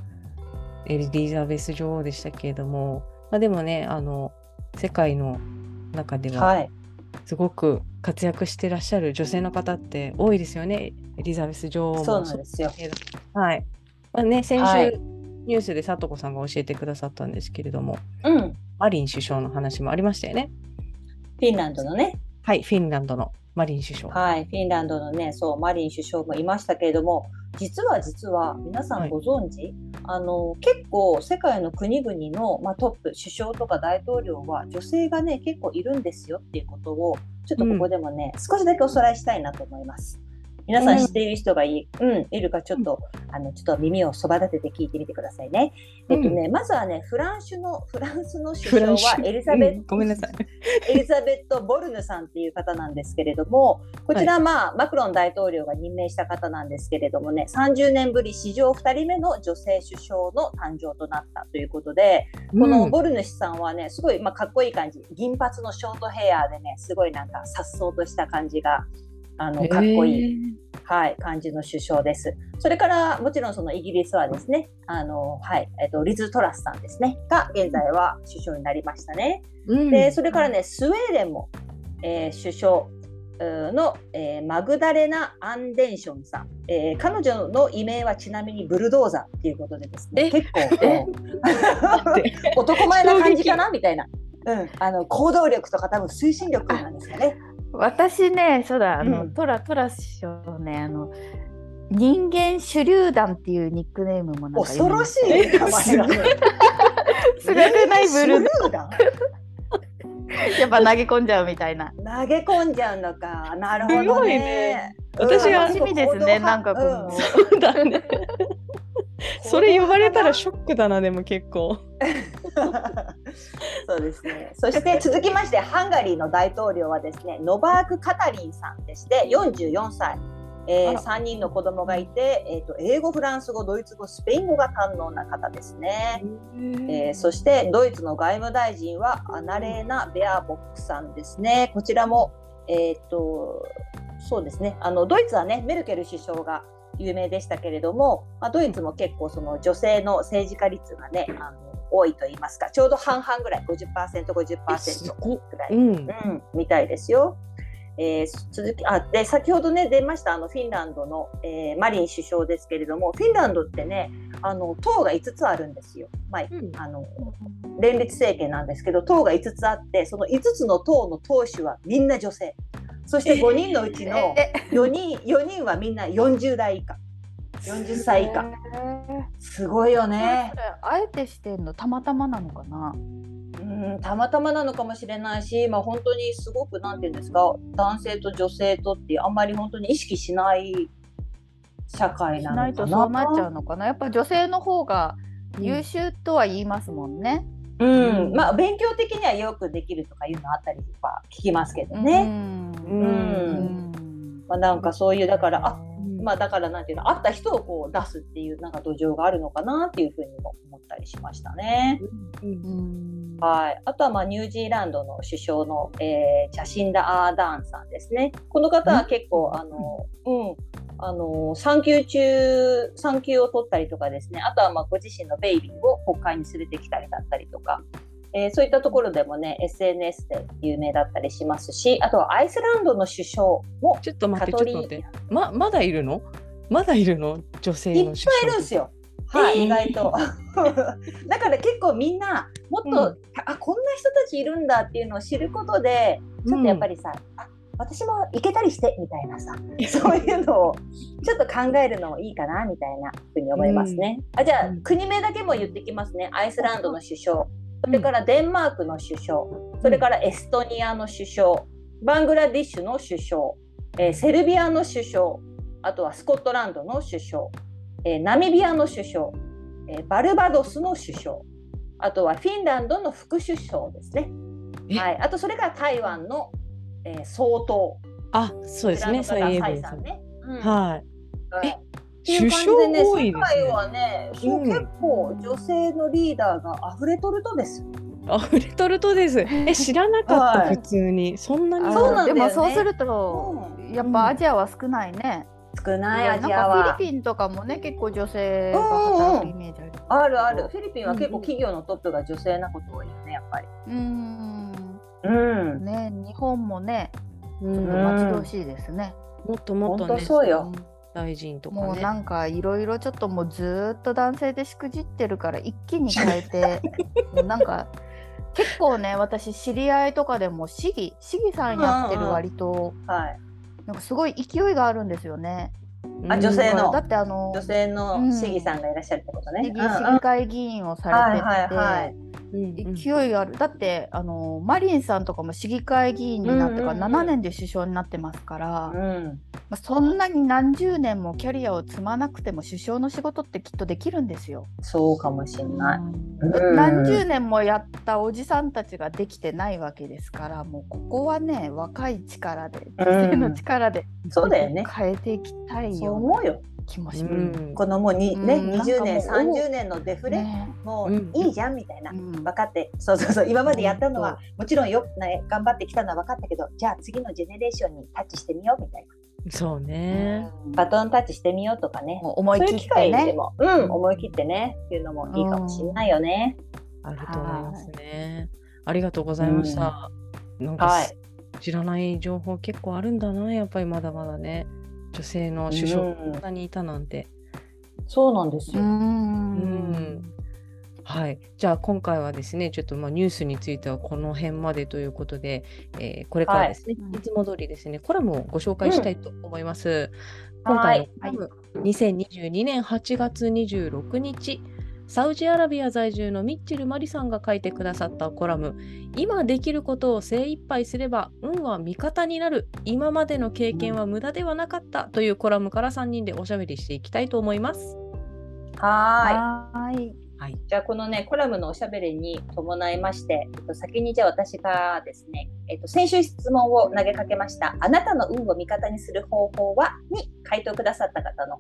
A: エリザベス女王でしたけれども、まあ、でもねあの世界の中では
C: はい。
A: すごく活躍してらっしゃる女性の方って多いですよねエリザベス女王も
C: そうなんですよ
A: そう。ですけどはいまあね、先週、
C: はい
A: ニュースでさとこさんが教えてくださったんですけれども
C: うん。
A: マリン首相の話もありましたよね
C: フィンランドのね。
A: はいフィンランドのマリン首相
C: はい。フィンランドのね、そう、マリン首相もいましたけれども、実は実は、皆さ
A: はい
C: んご存知、あの、結構、世界の国々の、まあ、トップ、首相とか大統領は、女性がね、結構いるんですよっていうことを、ちょっとここでもね、少しだけおさらいしたいなと思います。皆さん知っている人がい,、うん、いるか、ちょっと、あの、ちょっと耳をそば立てて聞いてみてくださいね。えっとね、まずはね、フランスの、フランスの首相はエリザベ
A: う
C: ス
A: んごめんなさい
C: エリザベット・ボルヌさんっていう方なんですけれども、こちら、まあ、マクロン大統領が任命した方なんですけれどもね、30年ぶり史上2人目の女性首相の誕生となったということで、このボルヌ氏さんはね、すごい、まあ、かっこいい感じ、銀髪のショートヘアでね、すごいなんか、颯爽とした感じが、あの、かっこいい。
A: い
C: はい、感じの首相です。それからもちろんそのイギリスはですね、あのはい、えっとリズトラスさんですねが現在は首相になりましたね。でそれからねスウェーデンも、えー首相うーの、えーマグダレナ・アンデンションさん、えー彼女の異名はちなみにブルドーザーっていうことでですね
A: え
C: 結構こう男前な感じかなみたいな、うん、あの行動力とか多分推進力なんですかね。
B: 私ねそうだあの、
C: うん
B: トラトラ師匠ねあの人間手榴弾っていうニックネームもなんか
C: 恐ろし
B: い
C: い名前だね。
B: すごくないブルー
C: 手榴弾
B: やっぱ投げ込んじゃうみたい な
C: 投げ込んじゃうのか。なるほ
A: す
C: ど
A: ごい
C: ね
A: ね。私が
B: 楽しみですねなんかこ
C: こ
B: う
C: う
B: そ
A: そうだねそれ言われたらショックだなでも結構
C: そうですね。そして続きましてハンガリーの大統領はですね、ノバーク・カタリンさんでして44歳。え
A: あ
C: ー、
A: ら
C: 3人の子供がいて、えー、と英語、フランス語、ドイツ語、スペイン語が堪能な方ですね、えーそしてドイツの外務大臣はアナレーナ・ベアボックさんですね。こちらも、えー、とそうですねあのドイツはねメルケル首相が有名でしたけれども、まあ、ドイツも結構その女性の政治家率がねあの多いと言いますかちょうど半々ぐらい 50%50%
A: すごっ
C: ぐらい、
A: うん
C: うん、みたいですよ。えー続きあで先ほどね出ましたあのフィンランドの、えーマリン首相ですけれどもフィンランドってねあの党が5つあるんですよ、まあ、あの連立政権なんですけど党が5つあってその5つの党の党首はみんな女性そして5人のうちの
B: え
C: 4人4人はみんな40代以下40歳以
B: え
C: 下
B: ー
C: すごいよね
B: それあえてしてんのたまたまなのかな。
C: うんたまたまなのかもしれないし、まあ、本当にすごくなんていうんですか男性と女性とってあんまり本当に意識しない社会
B: し
C: なのかな
B: ないとそうなっちゃうのかな。やっぱ女性の方が優秀とは言いますもんね。
C: うんまあ勉強的にはよくできるとかいうのあったりとか聞きますけど
B: う
C: ね、
B: ん
A: うん
B: うん
C: まあ、なんかそういうだからあ
A: うん
C: まあだからなんていうの会った人をこう出すっていうなんか土壌があるのかなっていうふうにも思ったりしましたね。
A: うん
B: うん
C: はい、あとはまあニュージーランドの首相の、えージャシンダ・アーダーンさんですね。この方は結構あの、うん、あの産休中産休を取ったりとかですねあとはまあご自身のベイビーを国会に連れてきたりだったりとか、えーそういったところでもね SNS で有名だったりしますしあとはアイスランドの首相も
A: ちょっと待ってちょっ
C: カト
A: と
C: リ
A: 待ってままだいるのまだいるの女性
C: いっ
A: の
C: ぱい
A: 首
C: いるん
A: 相
C: ですよ。はい、
A: えー
C: 意外と。だから結構みんなもっと、
A: うん
C: あこんな人たちいるんだっていうのを知ることでちょっとやっぱりさ、あ私も行けたりしてみたいなさ そういうのをちょっと考えるのもいいかなみたいなふうに思いますね。あじゃあ、
A: うん
C: 国名だけも言ってきますねアイスランドの首相それからデンマークの首相それからエストニアの首相バングラディッシュの首相、えーセルビアの首相あとはスコットランドの首相、えーナミビアの首相、えーバルバドスの首相あとはフィンランドの副首相ですね。
A: え
C: はい、あとそれから台湾の、えー総統
A: あそうですね
C: こち
A: サ
C: らの
A: イ
C: 方
A: エ
C: が蔡
A: ーブン
C: さ
A: さ
C: ん
A: ん
C: ね。うん
A: はい
C: はい
A: え
C: ってい
A: 首
C: う
A: 相
C: 感じで
A: 多
C: ね、
A: い
C: 世
A: です
C: 界
A: ね
C: はね、そう
A: うん
C: 結構女性のリーダーが溢れとるとですよ。
A: あフレトル トですえ知らなかった、
C: はい
A: 普通にそんなに
B: あ
C: そうなんだよね
B: でもそうするとやっぱアジアは少ないね。
C: 少ないア
B: なん
C: ジア
B: か
C: は
B: フ。ィリピンとかもね結構女性が働くイメージある。
C: あるある。フィリピンは結構企業のトップが女性なこと多いよね、やっぱり。
B: うん。
C: うん。
B: ね日本もねちょっと
A: うん、
B: 待ち遠しいですね。
A: もっともっと
C: 本当
A: ね
C: そうよ。
A: 大臣と
B: も
A: か
B: う
A: ね
B: なんかいろいろちょっともうずーっと男性でしくじってるから一気に変えて もうなんか結構ね私知り合いとかでも市議市議さんやって
C: うんう
B: る
C: ん
B: 割と
C: はい。
B: なんかすごい勢いがあるんですよね。
A: うん
C: あ女性の
B: だってあの
C: 女性の市議さんがいらっしゃるってことね。
B: 市
C: うん
B: 議
C: うん
B: 市議会議員を
C: は
B: さ
C: いはいは
B: れ
C: い。
A: うんうん
B: てて勢いがあるだってあのマリンさんとかも市議会議員になってか
C: うん
B: ら
C: うんう
B: 7
C: ん
B: 年で首相になってますから、ま
C: うん。
B: あそんなに何十年もキャリアを積まなくても首相の仕事ってきっとできるんですよ。
C: そうかもしれない。うん
B: 何十年もやったおじさんたちができてないわけですからもうここはね若い力で女性の力で
C: そうだよね。
B: 変えていきたい
C: そう
B: ような
C: 思うよ。
B: 気もし
A: う
B: ます。
A: ん
C: このもうに、ね、
B: うん
C: 20年、
B: なんかもう
C: 30年のデフレ、
B: ね
C: も
A: う
C: うんいいじゃんみたいな
B: う。ん
C: 分かってそうそうそう今までやったのはもちろんよ、ね、頑張ってきたのは分かったけどじゃあ次のジェネレーションにタッチしてみようみたいな
A: そうね、
C: バトンタッチしてみようとかね
B: もう思い
C: そうい
B: 切
C: う
B: っ
C: 機
B: て
C: 会にで
B: ね。
C: も、うん、思い切ってねっていうのもいいかもしれないよね。
A: あると思いますねありがとうございました、なんか、
C: はい
A: 知らない情報結構あるんだなやっぱりまだまだね女性の首相
C: うん
A: こんなにいたなんて、
C: そうなんです
B: う
C: よ。
B: ん
A: うんはい、じゃあ今回はですねちょっとまあニュースについてはこの辺までということで、えーこれからですね、
B: はい
A: い、つも通りですねコラムをご紹介したいと思います。
C: うん
A: 今回のコ
B: は
A: ラ
B: い
A: ム、2022年8月26日サウジアラビア在住のミッチェル・マリさんが書いてくださったコラム「今できることを精一杯すれば運は味方になる今までの経験は無駄ではなかった」というコラムから3人でおしゃべりしていきたいと思います。
C: は
B: は
C: ーい。
B: ーい。
C: じゃあこのねコラムのおしゃべりに伴いまして、えっと、先にじゃあ私がですね、えっと、先週質問を投げかけました「あなたの運を味方にする方法は?」に回答くださった方の、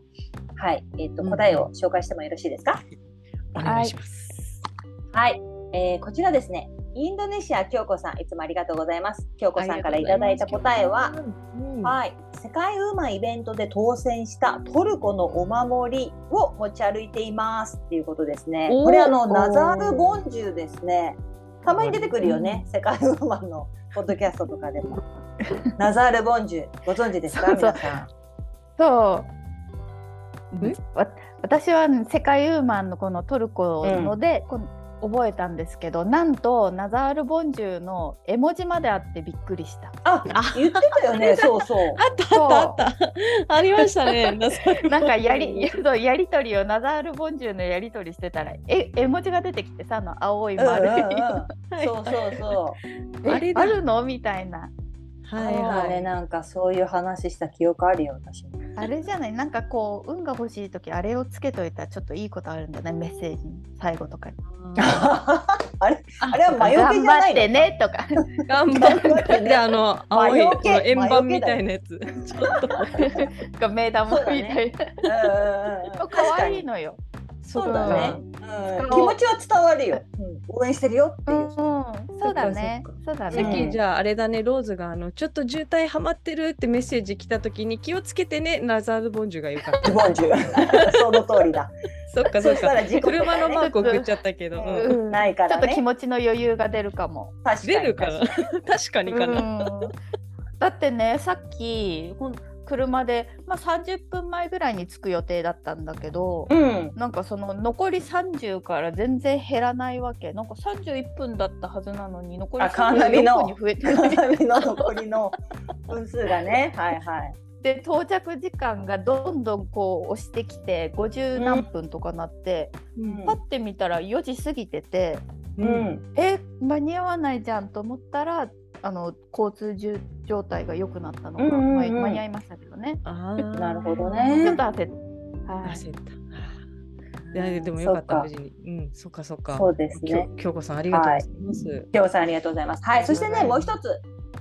C: はいえっと、
A: うん
C: 答えを紹介してもよろしいですか、
A: お願いします。
C: はい、えーこちらですね。インドネシア京子さん、いつもありがとうございます。京子さんからいただいた答えは、
A: うん、
C: はい、世界ウーマンイベントで当選したトルコのお守りを持ち歩いていますっていうことですね。
A: おー
C: これあのナザールボンジュですね。たまに出てくるよね、世界ウーマンのポッドキャストとかでも。 ナザールボンジュご存知ですか
B: そうそう
C: 皆さん。
B: そう。
A: ん
B: わ私はね世界ウーマンのこのトルコので、こん覚えたんですけどなんとナザール・ボンジュの絵文字まであってびっくり した。
C: あ、言ってたよね。そうそう。
A: あったあったあった。ありましたね。
B: なんかやりそうやり取りをナザール・ボンジュのやり取りしてたらえ絵文字が出てきてさあの青い
C: うんうん
B: 丸い、
C: うん。そうそうそう。
A: うんあれ
B: え
A: だ
B: あるのみたいな
A: はい
C: そうだ
A: は
C: ね、
A: い。
C: なんかそういう話した記憶あるよ、 私 も。
B: あれじゃないなんかこう運が欲しい時あれをつけといたらちょっといいことあるんじゃないメッセージに最後とかに
C: あれ、あれは魔除け
B: 頑
C: じゃ
B: 張
C: ない
B: っ
C: の
B: てねとか
A: 頑張ってであの青い
C: 魔除け
A: あの円盤みたいなやつ。ちょっと
B: が目玉みたいな、
C: うんうんうんうん
B: 可
C: 確か
B: 愛い
C: に。
B: のよ。
C: そうだね。
B: う
C: うんん気持ちは伝わるよ。うん応援してるよってい
B: う
C: う。
B: ん、そうだね。そうだ
A: さっ
B: ね
A: き。じゃああれだねローズがあのちょっと渋滞ハマってるってメッセージ来た時に気をつけてねナザールボンジュがよかった。
C: ボンジュ。その通りだ。
A: そっかそ
C: そ
A: っ
C: した
A: か。
C: ら事故
A: 車のマーク送っちゃったけど、うん
B: うん
C: ないか
B: ちょ
C: ら
B: っと気
C: ね。
B: 持ちの余裕が出るかも。
C: 確かに
A: 出るかな。確かにか
B: う
A: な。
B: んだってね、さっきほん車でまあ30分前ぐらいに着く予定だったんだけど、
C: うん。
B: なんかその残り30から全然減らないわけ。なんか31分だったはずなのに残り
C: あカーナビの
B: 34分に増えてる。
C: 鏡の残りの分数がね。はいはい。
B: で到着時間がどんどんこう押してきて50何分とかなって、
C: うん
B: パッて見たら4時過ぎてて。
A: う
C: うんん。
B: え間に合わないじゃんと思ったらあの交通じゅ状態が良くなったのが、
C: うんうんうん
B: まあ間に合いましたけどね
A: あー
C: なるほど
B: ち
C: ね
B: ょっと焦った、はい
A: 焦った。いやでもよかった無
C: そ
A: 事に。うん、そっかそっ
C: う
A: か。
C: かそうです
A: きょ
C: ね。
A: 京子さんありがとうございます。
C: りょうさんありがとうございます。はい、そしてね、もう一つ、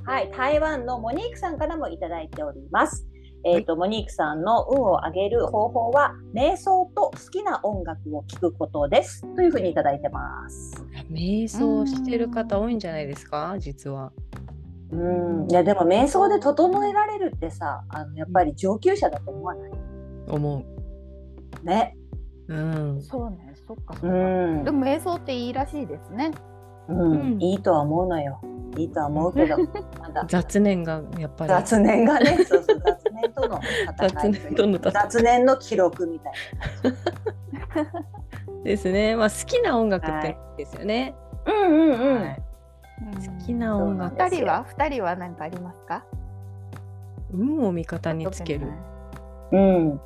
C: はい、台湾のモニークさんからもいただいております。えっ、と、モニークさんの運を上げる方法は、瞑想と好きな音楽を聴くことです。というふうにいただいてます。
A: 瞑想してる方多いんじゃないですか実は。
C: うん、いや、でも瞑想で整えられるってさ、あの、やっぱり上級者だと思わない。
A: 思
C: ね。
A: う。うん。
B: そうねそっかそっか、
C: うん
B: で、も瞑想っていいらしいですね
C: うん
A: う、ん
C: いいとは思うのよ。いいとは思うけど、まだ。
A: 雑念がやっぱり。
C: 雑念がね、そうそう、雑念との
A: 雑
C: 戦いとい
A: 念
C: う。
A: との戦い
C: 雑念の記録みたい
A: ですね。まあ好きな音楽ってですよね。
C: な。うんうんう
A: はい好きな音楽。
B: 2人は二人は何かありますか
A: 運を味方につける。
C: うん、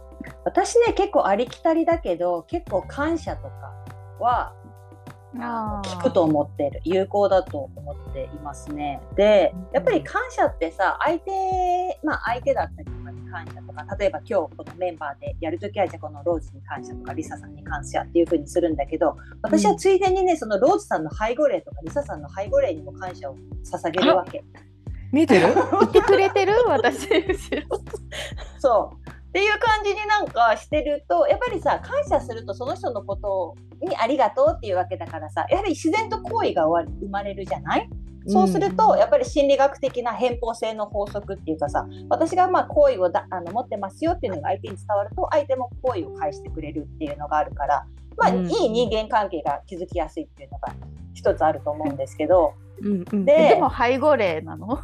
C: 私ね結構ありきたりだけど結構感謝とかは
B: あー
C: 聞くと思ってる有効だと思っていますね。でやっぱり感謝ってさ相手まあ相手だったりとかに感謝とか例えば今日このメンバーでやるときはじゃあこのローズに感謝とかリサさんに感謝っていう風にするんだけど私はついでにねそのローズさんの背後霊とかリサさんの背後霊にも感謝を捧げるわけ。
A: 見え てる？
B: 言ってくれてる私後ろ
C: そうっていう感じになんかしてるとやっぱりさ感謝するとその人のことにありがとうっていうわけだからさやはり自然と好意が終わ生まれるじゃないそうするとやっぱり心理学的な偏方性の法則っていうかさ私がまあ好意をだあの持ってますよっていうのが相手に伝わると相手も好意を返してくれるっていうのがあるから、まあ
A: うん
C: いい人間関係が築きやすいっていうのが一つあると思うんですけど。
A: うんうん。
C: で
B: でも背後霊なの
C: 背後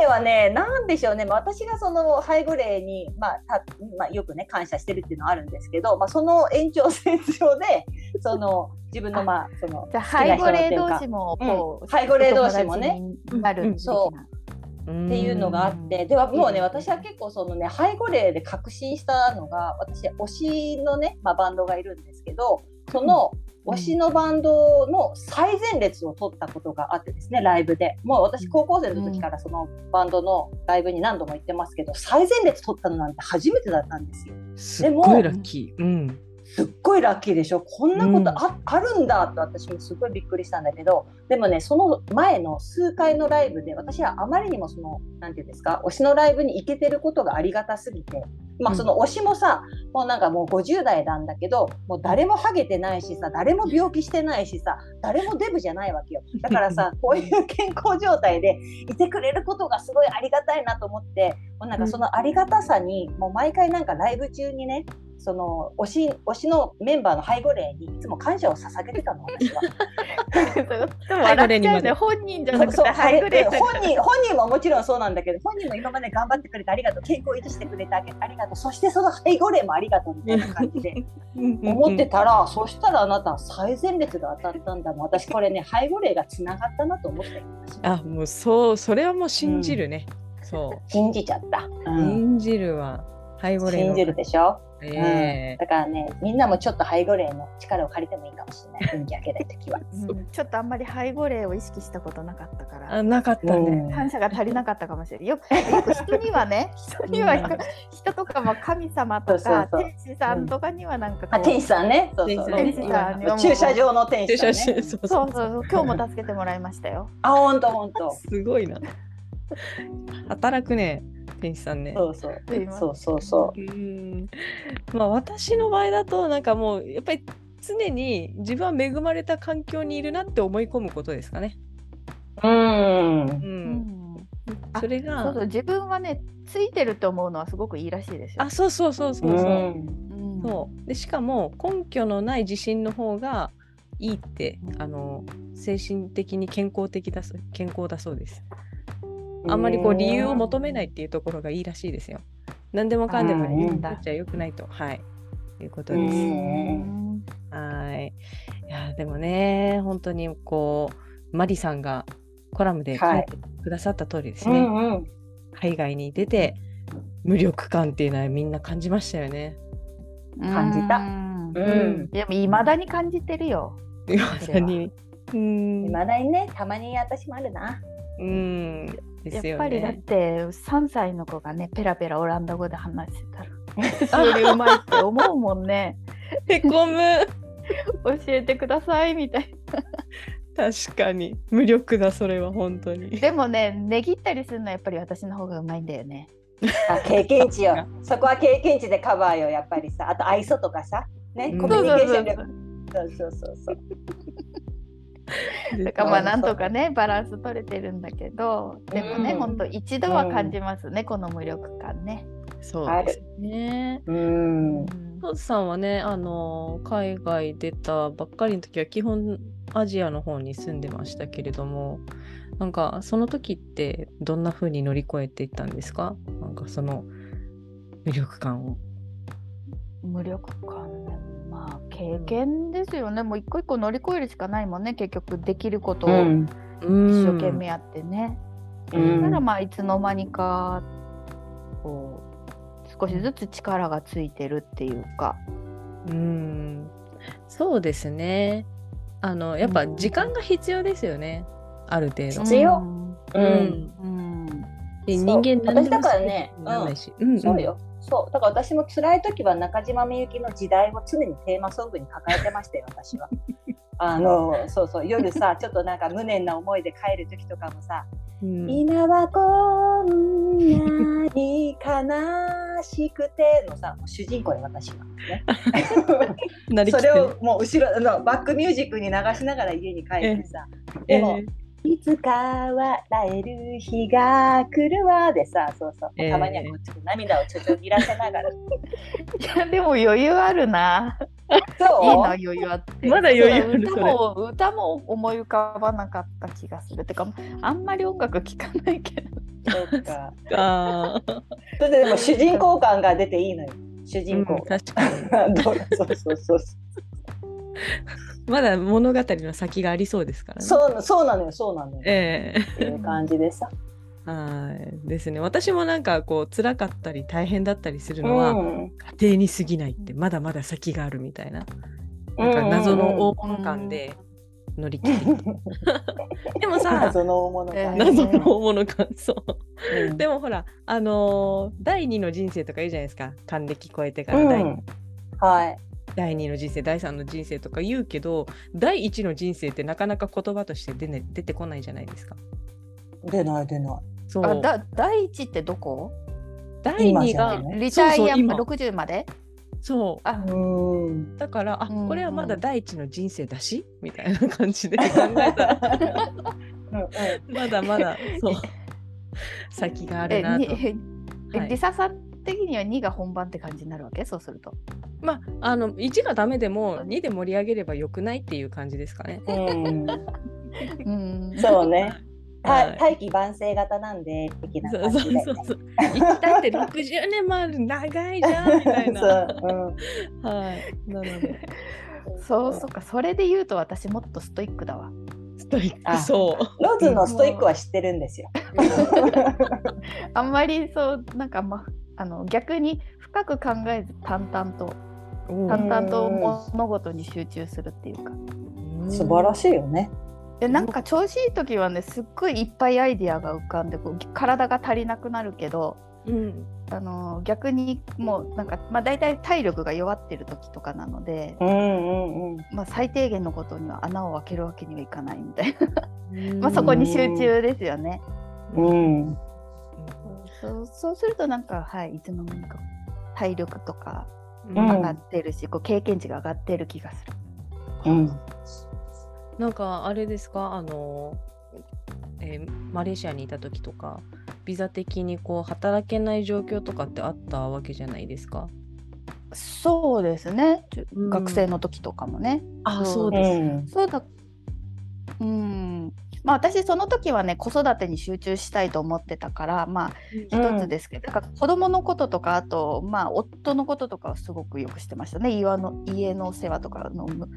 C: 霊はね、なんでしょうね、まあ私がその背後霊に、まあたまあ、よくね、感謝してるっていうのはあるんですけど、まあ、その延長線上で、その自分の、まあ、その
B: じゃ
C: 好
B: あ
C: き
B: 背
C: な人
B: 後
C: って
B: 霊
C: いう
B: 同
C: か
B: 士もこう、
C: うん背後霊同士もね
B: お友達になる
A: うん
C: そ
A: っ
C: っていうのがあって、ではもうね、私は結構そのね、背後霊で確信したのが、私、推しのね、まあ、バンドがいるんですけど、その、推しのバンドの最前列を取ったことがあってですねライブでもう私高校生の時からそのバンドのライブに何度も行ってますけど最前列取ったのなんて初めてだったんですよ
A: すっご
C: でも
A: いラッキー。うん。
C: すっごいラッキーでしょこんなことあ,、あるんだって私もすごいびっくりしたんだけどでもねその前の数回のライブで私はあまりにもそのなんていうんですか推しのライブに行けてることがありがたすぎて。ま
A: う
C: あ
A: ん
C: その推しもさ、もうなんかもう50代なんだけどもう誰もハゲてないしさ誰も病気してないしさ誰もデブじゃないわけよだから さこういう健康状態でいてくれることがすごいありがたいなと思ってもうなんかそのありがたさに、もう毎回なんかライブ中にねその推し推しのメンバーの背後霊にいつも感謝を捧げてたの私は。
B: 笑っちゃうね本人じゃなくて
C: そう
B: ハイグレー
C: で本人本人ももちろんそうなんだけど本人も今まで頑張ってくれてありがとう健康を維持してくれてあげありがとうそしてその背後霊もありがとうみたいな感じで思ってたら、そしたらあなた最前列が当たったんだもん私これね背後霊がつながったなと思って
A: あもうそうそれはもう信じるね、そ
C: 信じちゃった、う
A: う、
C: ん
A: 信じるは背後霊
C: 信
A: の
C: じるでしょ
A: ええ
C: だからね、みんなもちょっと背後霊の力を借りてもいいかもしれない。運気開けないときは。
B: うんちょっとあんまり背後霊を意識したことなかったから
A: あなかったね、
B: 感謝が足りなかったかもしれない。よくよく人にはね、人には
A: うん
B: 人人とかも神様と
C: そうそう
B: か
C: そう
B: 天使さんとかにはなんかこ
C: あ、
B: う
C: 天使さんね。そう
A: 天
C: そ
A: 使
C: う
A: さん
B: 天使さんにはもう
C: 駐車場の天 使
A: 駐
C: さ
A: 車
C: ん、
A: し
C: ね。
A: そうそ
B: そううそうそう今日も助けてもらいましたよ。
C: あ、本当本 当。
A: すごいな働くね天使さんね
C: そうそう。
B: すいません
C: そうそうそう
A: ーんまあ私の場合だとなんかもうやっぱり常に自分は恵まれた環境にいるなって思い込むことですかね。
C: う。うん
A: う。、
B: うんんあ
A: それ
B: そう
A: が
B: そう自分はねついてると思うのはすごくいいらしいですよ。
A: あそうそうそうそううそう,、
C: ん
B: うん
A: そうでしかも根拠のない自信の方がいいってあの精神的に健康的だそう健康だそうです。あんまりこう理由を求めないっていうところがいいらしいですよ。何でもかんでも
C: あー
A: 理由
C: いい
A: に
B: んだ
A: なっちゃ良くないと。はい。ということ
C: う
A: です。
C: ん
A: はい。いやでもね本当にこうマリさんがコラムで書
C: はい
A: いてくださった通りです
C: う
A: ね、
C: んうん。
A: 海外に出て無力感っていうのはみんな感じましたよね。
C: 感じた
B: うん
C: うん。
B: でもいまだに感じてるよ。
A: いまさに。うん
C: 未だにね、たまに私もあるな。
A: うんで
B: や
A: すよね。
B: っぱりだって三歳の子がねペラペラオランダ語で話してたら。
A: あ
B: よりうまいって思うもんね
A: へこむ
B: 教えてくださいみたい
A: 確かに無力だそれは本当
B: な
A: に。
B: でもね値切ったりするのはやっぱり私の方がうまいんだよね
C: あ、経験値よ。そこは経験値でカバーよ、やっぱりさ。あと愛想とかさ。ね、
A: うん
C: コミュニケーション力。そうそうそうそう。
B: だからまあ
C: そう
B: なんとかねバランス取れてるんだけどでもね
C: うん
B: ほんと一度は感じますねこの無力感ね。
A: そうですね。
C: うん。
A: トズさんはね、あの海外出たばっかりの時は基本アジアの方に住んでましたけれどもなんかその時ってどんな風に乗り越えていったんですかなんかその無力感を。
B: 無力感ねまあ経験ですよねもう一個一個乗り越えるしかないもんね結局できることを
C: ん。
B: 一生懸命やってね。
C: う
B: そしたら
C: ん。
B: まあいつの間にかこう少しずつ力がついてるっていうか。
A: うんそうですねあのやっぱ時間が必要ですよね、ある程度。
C: 必要う。
A: うんん
B: うん。
A: で
C: そう
A: 人間何
C: 私
A: で
C: だ
A: も
C: から
A: 好き
C: ね
A: にならないしうんうん
C: そうよ。そう。だから私も辛い時は中島みゆきの時代を常にテーマソングに抱えてましたよ、私 は。あの、そうそう。夜さ、ちょっとなんか無念な思いで帰る時とかもさ、
A: うん
C: 今はこんなに悲しくてのさ、もう主人公で私は。 ね、
A: なりき
C: そ
A: って
C: れ
A: ね
C: をもう後ろあのバックミュージックに流しながら家に帰ってさ、でも、いつか笑える日が来るわでさ、そうそう、
A: えー
C: たまにはこうちょっと涙をちょちょぎらせながら、
B: いやでも余裕あるな。いいな
C: そう
B: 余裕あって。
A: まだ余裕ある
B: 歌も歌も思い浮かばなかった気がする。てかあんまり音楽聴かないけど。
C: そうか。
A: えーあー
C: それででも主人公感が出ていいのよ、主人
A: うん
C: 公。
A: 確かに
C: どうそうそうそうそう。
A: まだ物語の先がありそうですからね。
C: そうそうなのよ、そうなのよ。
A: ええ
C: っていう感じでさ。
A: はいですね。私もなんかこう辛かったり大変だったりする
C: う
A: のは、
C: ん。
A: 家庭に過ぎないってまだまだ先があるみたいななんか謎の大物感で乗り切ってきて、でもさ
C: 謎の大物感、
B: えー
A: 謎の大物感そう
C: うん
A: でもほらあのー第二の人生とか言うじゃないですか還暦超えてか
C: う
A: ら
C: ん
A: 第二、
C: はい。
A: 第2の人生第3の人生とか言うけど第1の人生ってなかなか言葉として出,、ね、出てこないじゃないですか。
C: 出ない出ない。
A: そ
B: あ
A: う
B: だ第一ってどこ
A: 第
C: 今
A: 2
C: じゃ
A: が
C: ない
B: リタ
A: そ
B: イ
A: うそ
B: ア
A: う今
B: 60まで
A: そう
B: あ
C: うん。
A: だからあ
B: うんうん
A: これはまだ第一の人生だしみたいな感 じで考えたらまだ まだそう先がある
B: え
A: なと。
B: にえ
A: はい
B: リサさん的には2が本番って感じになるわけそうすると。
A: まああの1がダメでも2で盛り上げればよくないっていう感じですかね。
C: うん。
B: うん
C: そうね。
A: はい
C: た大器晩成型なんで的な
A: そう
C: 感
A: そ
C: じ
A: う
C: で。
A: そうそう。1だって60年もある長いじゃんみたいな。
C: そう
A: はい。なので
C: うん
B: そうそうかそれで言うと私もっとストイックだわ。
A: ストイック
C: あ
A: そう。
C: ロズのストイックは知ってるんですよ。
B: あんまりそうなんかまあの逆に深く考えず淡々と淡々と物事に集中するっていうか。
C: 素晴ら
A: い。
C: しいよね。
B: でなんか調子いい時はねすっごいいっぱいアイディアが浮かんでこう体が足りなくなるけど、
A: うん。
B: あの逆にもうなんか、まあ、大体体力が弱ってる時とかなので、
C: うんうんうん。
B: まあ、最低限のことには穴を開けるわけにはいかないみたい
A: うん
B: な、まあ、そこに集中ですよね。
C: うん。
B: そうそうするとなんか、はい、いつの間にか体力とか
A: うん
C: うん
B: 上がってるし、こう経験値が上がってる気がする。
C: うん。
A: なんかあれですかあの、えーマレーシアにいた時とかビザ的にこう働けない状況とかってあったわけじゃないですか。
B: そうですね、
A: うん
B: 学生の時とかもね。
A: あ
B: そう
A: そう
C: う
A: です。
C: ん。
B: そうだうんまあ、私その時はね子育てに集中したいと思ってたからまあ
C: うん
B: 一つですけど、だから子供のこととかあとまあ夫のこととかはすごくよくしてましたね家の家のお世話とかのむ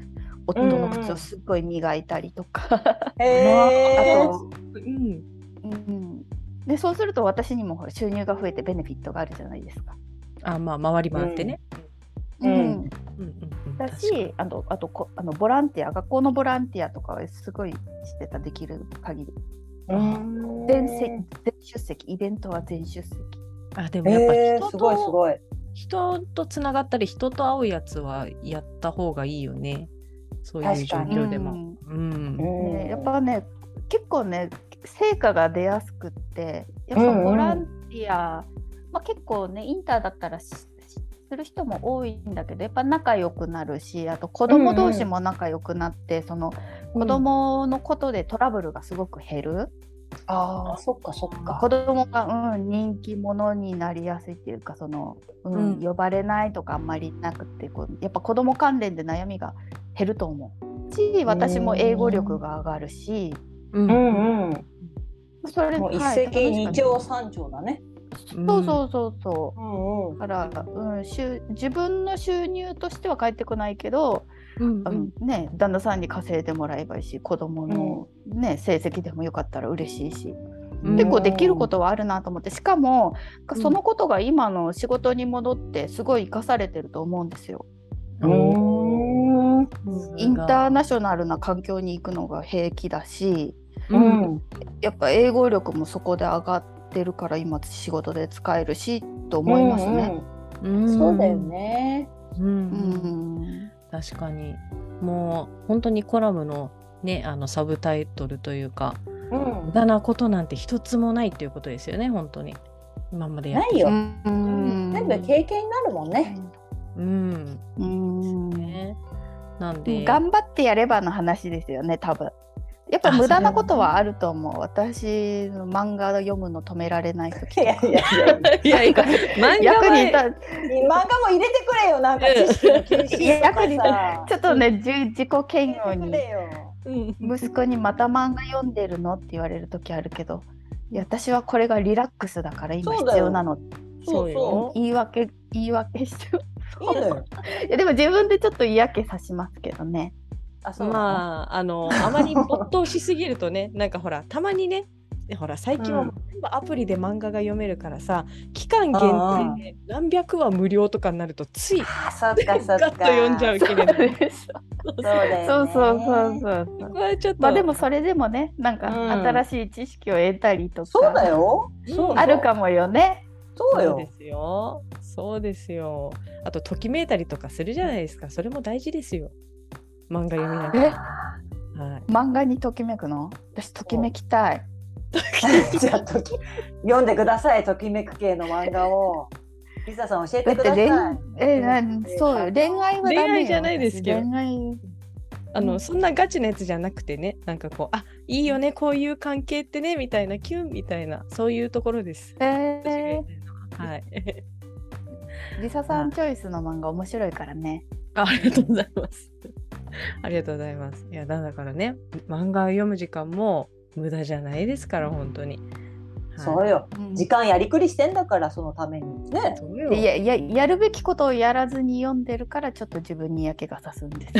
B: 夫の靴をすっごい磨いたりとか、
C: へ
B: あ
C: え。
B: と、
A: うん
B: うん、でそうすると私にもほら収入が増えてベネフィットがあるじゃないですか。
A: あまあ回り回ってね。
C: うん
A: うんうんうん
B: だ
A: 確か
B: しあとあとこあのボランティア学校のボランティアとかはすごいしてたできる限り
C: うん
B: 全席全出席イベントは全出席。
A: にあでもやっぱ
C: え
A: 人
C: ー、
A: と
C: すごいすごい。
A: 人とつながったり人と会うやつはやった方がいいよね。そういう状
C: 確かに
A: 況でも。
B: ん
A: う
C: う
A: ん。
C: ん
B: ね、やっぱね結構ね成果が出やすくってやっぱボランティア、まあ、結構ねインターだったらししする人も多いんだけどやっぱ仲良くなるしあと子供同士も仲良くなって、その子供のことでトラブルがすごく減る、
C: ああ、そっかそっか
B: 子。供が、うん、人気者になりやすいっていうかその、うん
A: うん
B: 呼ばれないとかあんまりなくてこうやっぱ子供関連で悩みが減ると思うし私も英語力が上がるし。
A: うん
C: うんうん。
B: それ
C: もう一
B: はい
C: 石二
B: 楽しかっ
C: 鳥三鳥だね。
B: たそうそうそうそうう。
C: んうん
B: だ。から、うん、収自分の収入としては返ってこないけど、
A: うん
B: う
A: うん
B: んね、旦那さんに稼いでもらえばいいし子供の、ね成績でもよかったら嬉しいし、
A: うん
B: 結構できることはあるなと思ってしかもそのことが今の仕事に戻ってすごい生かされてると思うんですよ。
C: うん。
B: インターナショナルな環境に行くのが平気だし
A: うん
B: やっぱ英語力もそこで上がってるから今仕事で使えるしと思いますね。
A: うん
C: うんうん。そうだよ。ね。
A: うん
B: うん
A: 確かにもう本当にコラムのねあのサブタイトルというか
C: うん
A: 無駄なことなんて一つもないっていうことですよね本当に今までやっ
C: な
A: て
C: いよ、
B: うん
C: 全部経験になるもんね。
A: うん
B: うん
A: ねなんで
B: 頑張ってやればの話ですよね多分やっぱ無駄なことはあると思う私漫画読むの止められない時
C: いやいやいや
A: い やいや漫画
B: 役に
A: は
B: 立
C: 漫画も入れてくれよなんか知識の吸収と
B: 役に
C: かさ
B: ちょっとねじゅ自己嫌悪
C: 入れてく
B: に
C: れよ
A: うん
B: 息子に「また漫画読んでるの?」って言われる時あるけどいや私はこれがリラックスだから今
C: そうだ
B: 必
C: よ
B: 要なのって
A: そうよ
B: 言い訳言い訳してる
C: いいのよ。
B: いやでも自分でちょっと嫌気さしますけどね
C: あそうな
A: まああのあまり没頭しすぎるとね なんかほらたまにねほら最近はもう全部アプリで漫画が読めるからさ、期間限定で何百話無料とかになるとつい
C: の。あそっかそ
A: ガ
C: っか。
A: ッと読んじゃうけれど
B: そう
C: そうだ
B: そ
C: よ
B: う
C: ね。
B: そうそうそうそう
A: これちょっと
B: まあでもそれでもねなんか
C: うん
B: 新しい知識を得たりとか、
C: そうだよ。そううん
B: あるかもよね。
C: そう
A: そう
C: よ
A: で。すよ。そうですよ。あと、ときめいたりとかするじゃないですか。それも大事ですよ。漫画読みなが
B: え
A: ら。はい。
B: 漫画にときめくの私ときめきたい
C: じゃあとき読んでくださいときめく系の漫画をリサさん教え
B: だ
C: て
B: っ
C: く
B: て
C: ださい
B: 恋えなんそうよ恋愛はダメよ
A: 恋愛じゃないですけど
B: 恋愛
A: あ
B: う
A: の
B: ん
A: そんなガチなやつじゃなくてね、なんかこう、あいいよね、こういう関係ってね、みたいな、キュンみたいな、そういうところです。
B: えー、
A: 私が言いたいのははい。
B: リサさんチョイスの漫画面白いからね
A: あありがとうございます。 ありがとうございます。いや、だからね、漫画を読む時間も無駄じゃないですから、本当に。はい
C: そうよ
B: うん
C: 時間やりくりしてんだからそのためにね
A: そうよ
B: いやいややるべきことをやらずに読んでるからちょっと自分に嫌気がさすんです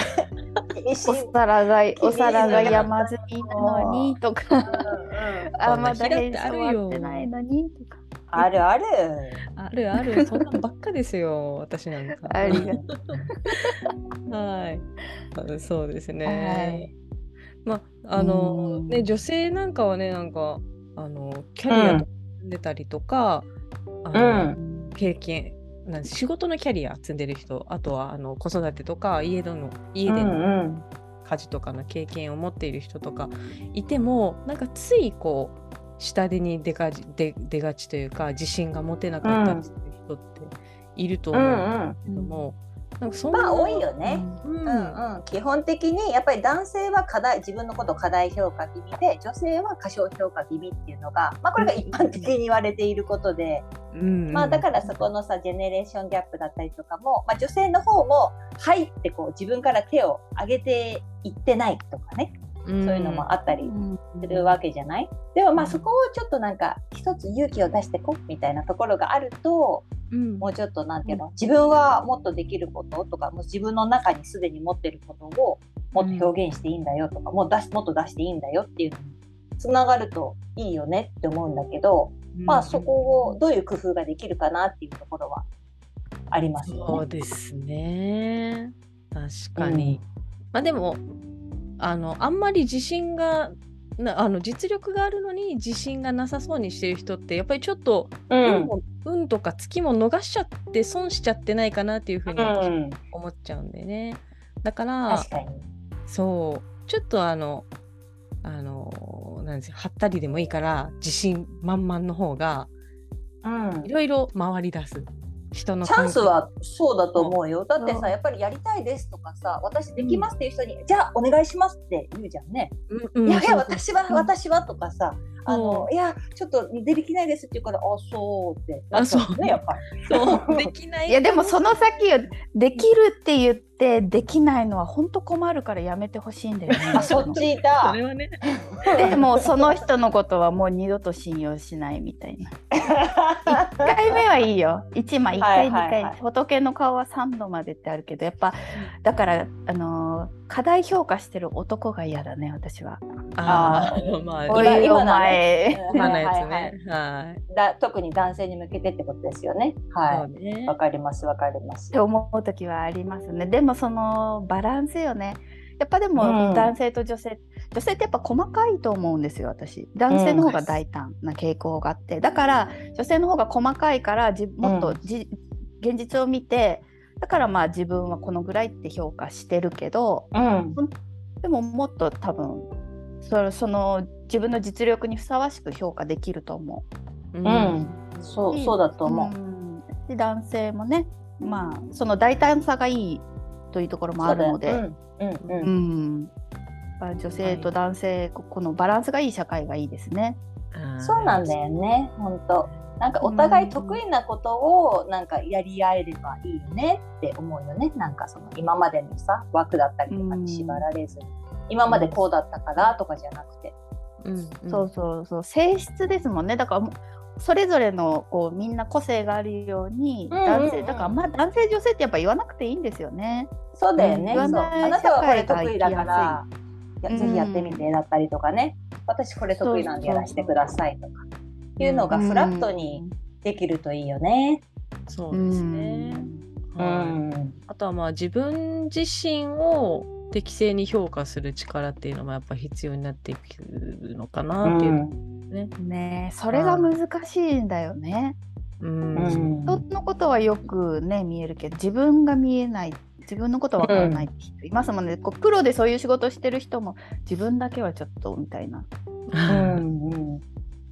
C: 厳しい
B: お皿がお皿が
C: いいね
B: 山積みなのにと か
C: うんうん
B: あ
A: そんな
B: まだ
A: 日だっ
B: 返
A: て
B: 信
A: ある
B: 終
A: よ
B: わってないのにとか
C: あるある
A: あるある、そんなんばっかですよ、私なんか。
B: ありがとう
A: はいあ。そうですね。
B: はい
A: まああの
B: うん
A: ね女性なんかはねなんかあのキャリアとか積んでたりとか、あの経験なん仕事のキャリア積んでる人あとはあの子育てとか家での家で
C: う
A: の
C: んうん
A: 家事とかの経験を持っている人とかいても、なんかついこう下手に出がち出出がちというか自信が持てなかったりする人っていると
C: う
A: 思うん
C: んうん
A: けども、なんかそんな
C: まあ多いよね
A: うん
C: うんうん、基本的にやっぱり男性は課題自分のことを過大評価気味で女性は過小評価気味っていうのが、まあ、これが一般的に言われていることで、
A: うん
C: まあ、だからそこのさジェネレーションギャップだったりとかも、まあ、女性の方も「はい」ってこう自分から手を挙げていってないとかね
A: そう
C: そういうのもあったり
B: うん
C: するわけじゃない、でもまあそこをちょっとなんか一つ勇気を出してこみたいなところがあると
A: うん
C: もうちょっとなんていうの自分はもっとできることとかもう自分の中にすでに持ってることをもっと表現していいんだよとか、もう出しもっと出していいんだよっていうのにつながるといいよねって思うんだけど、まあそこをどういう工夫ができるかなっていうところはあります
A: そ
C: よ
A: う
C: ね。
A: ですね確かに、まあでもあのあんまり自信がなあの実力があるのに自信がなさそうにしてる人ってやっぱりちょっと
C: う
A: 運も、運とか月も逃しちゃって損しちゃってないかなっていうふうに私
C: うん、
A: 思っちゃうんでね、だから
C: 確かに。
A: そうちょっとあのあのなんですよはったりでもいいから自信満々の方が
C: うん
A: いろいろ回り出す人の
C: チャンスは
A: 関
C: そうだと思うよ。だって
B: う
C: さ、
B: ん
C: やっぱりやりた係ですとかさ、私できますっていう人に、じゃあお願いしますって言うじゃんね。
A: 係、うんうん
C: いやい
A: そ
C: や
A: うそう
C: 私は
B: うん
C: 私はとかさ、あの
A: う
C: いやちょっとできないですって言うからあそうって
A: あそう
C: なっちゃねやっぱり
A: そうできない
B: いやでもその先よできるって言ってできないのは本当困るからやめてほしいんだよね。
C: あそっち
A: そ
C: だ
A: れはね
B: でもうその人のことはもう二度と信用しないみたいな。1回目はいいよ1枚1
C: は
B: 回
C: い
B: 2
C: はいはい
B: 回、仏の顔は3度までってあるけどやっぱだからあのー過大評価してる男が嫌だね私は。
A: あ
C: あ
A: ーまあ
B: お
C: 今
B: い
A: 今
B: お
C: 今の
B: 前、
A: 今の
C: はい
A: や
C: は
A: つ
C: いはい
A: ねはい
C: だ特に男性に向けてってことですよね
A: そう
C: は
A: ね
C: いわかりますわかります
B: って思う時はありますねでもそのバランスよねやっぱでも
C: うん
B: 男性と女性、女性ってやっぱ細かいと思うんですよ私男性の方が大胆な傾向があって、だから女性の方が細かいからじもっとじ、現実を見てだからまあ自分はこのぐらいって評価してるけど
C: うん
B: でももっと多分それその自分の実力にふさわしく評価できると思う。
C: う
A: う
C: んそうそうだと思う、
B: んで男性もねまあその大胆さがいいというところもあるので、
C: そうだようんうん
B: う
C: うん
B: んまあ女性と男性、ここのバランスがいい社会がいいですね。
C: そうなんだよね本当なんかお互い得意なことをなんかやり合えればいいよねって思うよねなんかその今までのさ枠だったりとかに縛られずに今までこうだったからとかじゃなくて
A: うんうん
B: そうそうそう性質ですもんねだからもうそれぞれのこうみんな個性があるように、
C: うんうんうん
B: 男性だからまあ男性女性ってやっぱ言わなくていいんですよね。
C: そうだよね、
A: うん
C: そう
B: 占い
C: あなたはこれ得意だか
B: 社会が
C: ら
B: きやすい
C: いやぜひやってみてだったりとかね、私これ得意なんでやらせてくださいとかいうのがフラットにできるといいよね。
A: そううんですね
C: う
A: はい
C: ん、
A: あとはまあ自分自身を適正に評価する力っていうのもやっぱ必要になっていくのかなっていう
C: うん
B: ねそれが難しいんだよね。
A: うん
C: うん
B: 人のことはよくね見えるけど自分が見えない自分のことわからないって人いますもんね、こうプロでそういう仕事してる人も自分だけはちょっとみたいな、
C: うん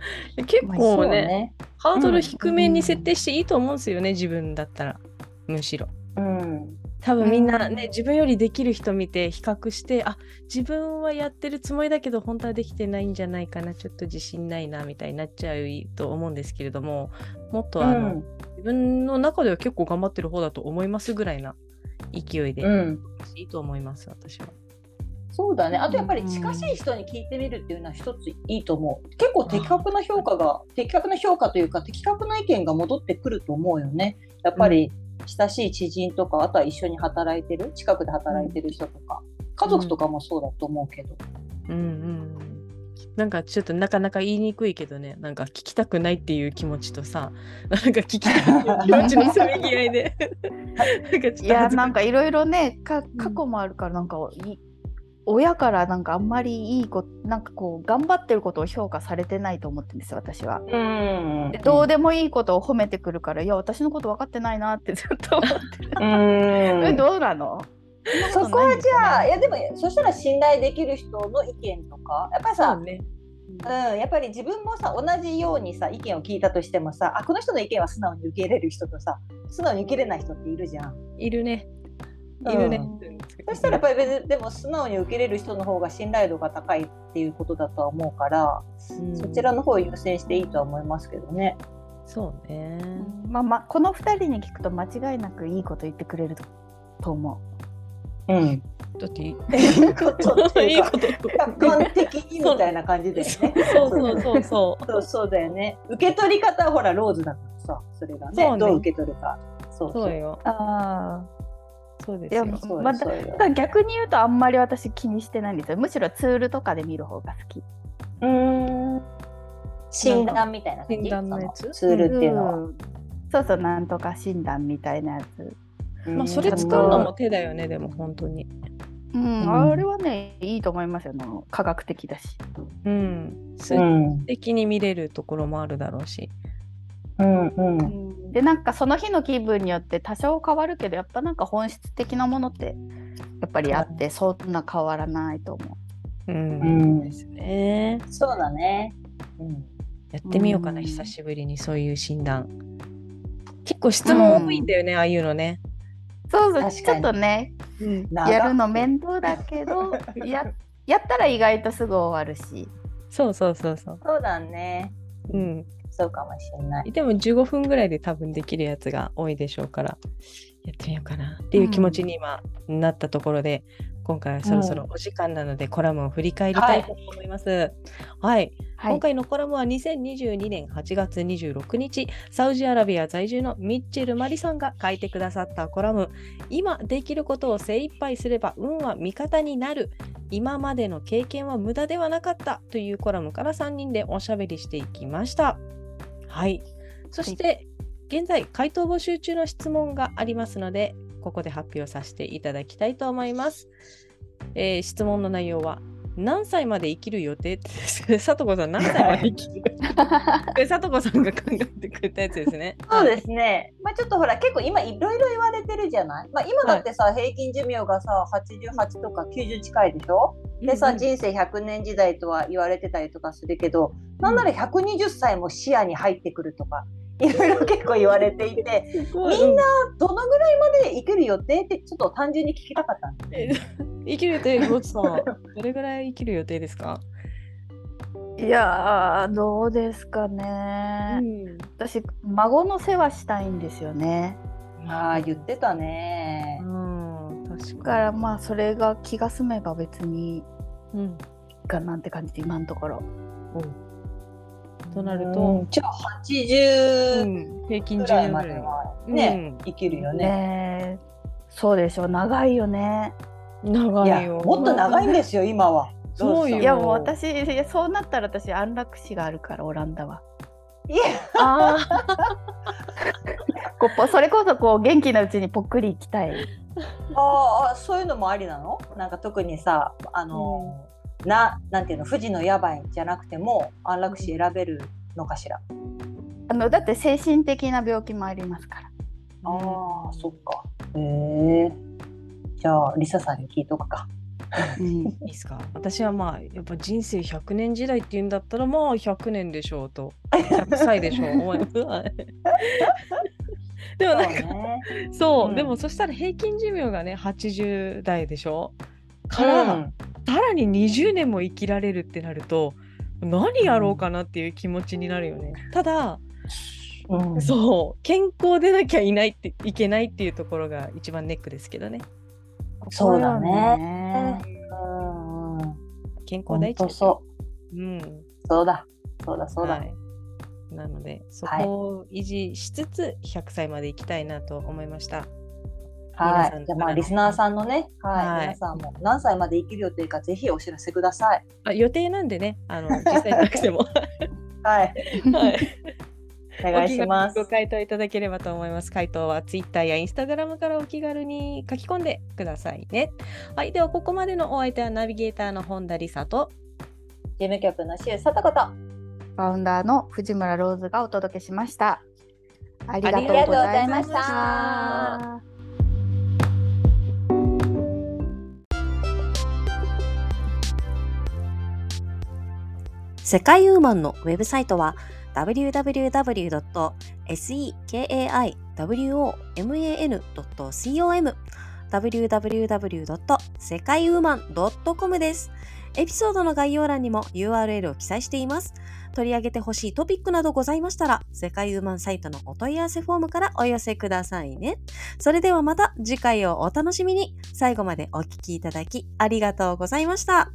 A: 結
B: まあ
A: 構
B: そう
A: ね,、ハードル低めに設定していいと思うんですよね、自分だったらむしろ
C: うん
A: 多分みんなね、
B: うん
A: 自分よりできる人見て比較してあ自分はやってるつもりだけど本当はできてないんじゃないかなちょっと自信ないなみたいになっちゃうと思うんですけれどももっとあの、自分の中では結構頑張ってる方だと思いますぐらいな勢いで
C: うん
A: いいと思います、私は。
C: そうだねあとやっぱり近しい人に聞いてみるっていうのは一ついいと思う結構的確な評価が的確な評価というか的確な意見が戻ってくると思うよねやっぱり親しい知人とかあとは一緒に働いてる近くで働いてる人とか家族とかもそうだと思うけど、
A: うんうんなんかちょっとなかなか言いにくいけどねなんか聞きたくないっていう気持ちとさなんか聞きたいっていう気持ちのせめぎ合いでなん かちょっと恥ずかし
B: いやなんかいろいろねか過去もあるからなんかい親からなんかあんまりいいことなんかこう頑張ってることを評価されてないと思ってるんですよ私は。
C: うん
B: でどうでもいいことを褒めてくるからいや私のこと分かってないなってず っと思ってる。えどうなの
C: そこはじゃあい
B: や
C: やでもそしたら信頼できる人の意見とかやっぱりさ、
A: そうね
C: うん、やっぱり自分もさ同じようにさ意見を聞いたとしてもさあこの人の意見は素直に受け入れる人とさ素直に受け入れない人っているじゃん。
A: いるねいるね、
C: うんそしたらやっぱり別にでも素直に受け入れる人の方が信頼度が高いっていうことだとは思うから、
A: うん
C: そちらの方を優先していいとは思いますけどね。
A: そうね
B: まあまあこの二人に聞くと間違いなくいいこと言ってくれると思
C: うん、
A: だっていい
C: いい ことって
A: い
C: い
A: いう
C: か
A: こと
C: 客観的にみたいな感じだよね。
A: そうそうそうそう
C: そうそうだよね。受け取り方はほらローズだからさそれがね
A: そうね
C: どう受け取るか。そう
A: そうよ
B: う。あ
A: そうで
B: い
A: す
B: や
A: よ
B: ま
C: そうよ
B: また
C: そうよ
B: あ逆に言うとあんまり私気にしてないんですよ。むしろツールとかで見る方が好き。
C: うーん診断みたいな感じ
A: 診断のやつ
C: そツールっていうのは。
B: んそうそうなんとか診断みたいなやつ。
A: まあそれ使うのも手だよねでも本当に
B: うん、
C: うん
B: あれはねいいと思いますよ、ね。科学的だし。
A: うん数
C: う
A: 値
C: ん
A: 的に見れるところもあるだろうし
C: うんうん
B: でなんかその日の気分によって多少変わるけどやっぱなんか本質的なものってやっぱりあってそんな変わらないと思う。
A: うん、
C: うん
A: ですね
C: そうだね。うん
A: やってみようかな、
B: うん
A: 久しぶりにそういう診断結構質問多いんだよね、ああいうのね、
B: そうそう
C: 確
B: ち
C: か
B: ょ
C: に
B: っとね
C: 長
B: やるの面倒だけ どややったら意外とすぐ終わるし
A: そうそうそうそう
C: そうだね。
A: うん
C: そうかもしれない。
A: でも15分ぐらいで多分できるやつが多いでしょうからやってみようかなっていう気持ちに今なったところで、今回はそろそろお時間なのでコラムを振り返りたいと思いますはい
B: はい
A: 今回のコラムは2022年8月26日サウジアラビア在住のミッチェル・マリさんが書いてくださったコラム「今できることを精一杯すれば運は味方になる」「今までの経験は無駄ではなかった」というコラムから3人でおしゃべりしていきました。はいそして、現在回答募集中の質問がありますのでここで発表させていただきたいと思います。えー質問の内容は何歳まで生きる予定 って佐藤子さん何歳まで生きるこれ佐藤子さんが考えてくれたやつですね。
C: そうですね。まあちょっとほら結構今いろいろ言われてるじゃない。まあ今だってさ、平均寿命がさ88とか90近いでしょ。でさ、人生100年時代とは言われてたりとかするけど、なんなら120歳も視野に入ってくるとか。いろいろ結構言われていて、みん
A: な
C: どのぐらいまで生きる予定ってちょっと単純に聞きたかったんですね。
A: 生きる予定ごちさんどれぐらい生きる予定ですか、
B: いやーどうですかね、
A: ん、
B: 私孫の世話したいんですよね
C: ああ、言ってたね。
A: うん確
B: だ
A: か
B: からまあそれが気が済めば別に
A: に、うん、
B: いいかなって感じで今のところ、
A: となる
C: う
A: と
C: ん、じゃあ80
A: 平均
C: ぐ
A: 寿
C: らい
A: 命
C: ま
A: ぐ
C: で
A: らい
C: はね、生きるよね。
B: ねえそうでしょう長いよね
A: うん
C: い
A: 長
C: や
A: いよ
C: もっと長いんですよ今は。
A: そうよ
C: ど
B: いやもう私いやそうなったら私安楽死があるからオランダは。
C: いや
A: あ ー
B: こうぽそれこそこう元気なうちにぽっくり行きたい。
C: ああそういうのもありなの？なんか特にさあの、ななんていうの富士の野蛮じゃなくても安楽死選べるのかしら。
B: あのだって精神的な病気もありますから。
C: ああ、そっか。へえ。じゃあ、リサさんに聞いとくか。
B: うん
A: いいですか私はまあやっぱ人生100年時代っていうんだったらまあ100年でしょうと100歳でしょう思い ますはい でもなんか
C: ね。
A: そう、
C: うん
A: でもそしたら平均寿命がね80代でしょから、
C: うん
A: さらに20年も生きられるってなると何やろうかなっていう気持ちになるよね、ただ
C: うん
A: そう健康でなきゃいないっていけないっていうところが一番ネックですけどね
C: そうだね。
B: ね
C: うんうん。
A: 健康第
C: 本
A: 一
C: 当
A: です
C: そ
A: よ、
C: う
A: ん、
C: う。そうだ。そうだ、そうだ。
A: はいなのでそこを維持しつつ100歳まで行きたいなと思いました、
C: は
A: 皆さん
C: い。じゃあまあリスナーさんのね、はい、
A: はい
C: 皆さんも何歳まで生きる予定かぜひお知らせください。
A: あ予定なんでね あの実際なくても
C: はい、
A: はい
C: お願いします
A: お気軽にご。回答いただければと思います。回答は Twitter や Instagram からお気軽に書き込んでくださいね。はい、ではここまでのお相手はナビゲーターの本田理沙と
C: 事務局のシュウサタコと
B: ファウンダーの藤村ローズがお届けしました。ありがとう
A: ありがとう
B: ご
A: ござ
B: ざ
A: い
B: い
A: ま
B: ま
A: し
B: したた。
D: 世界ウーマンのウェブサイトは www.sekaiwoman.com www.sekaiwoman.com です。エピソードの概要欄にも URL を記載しています。取り上げてほしいトピックなどございましたら、世界ウーマンサイトのお問い合わせフォームからお寄せくださいね。それではまた次回をお楽しみに。最後までお聞きいただきありがとうございました。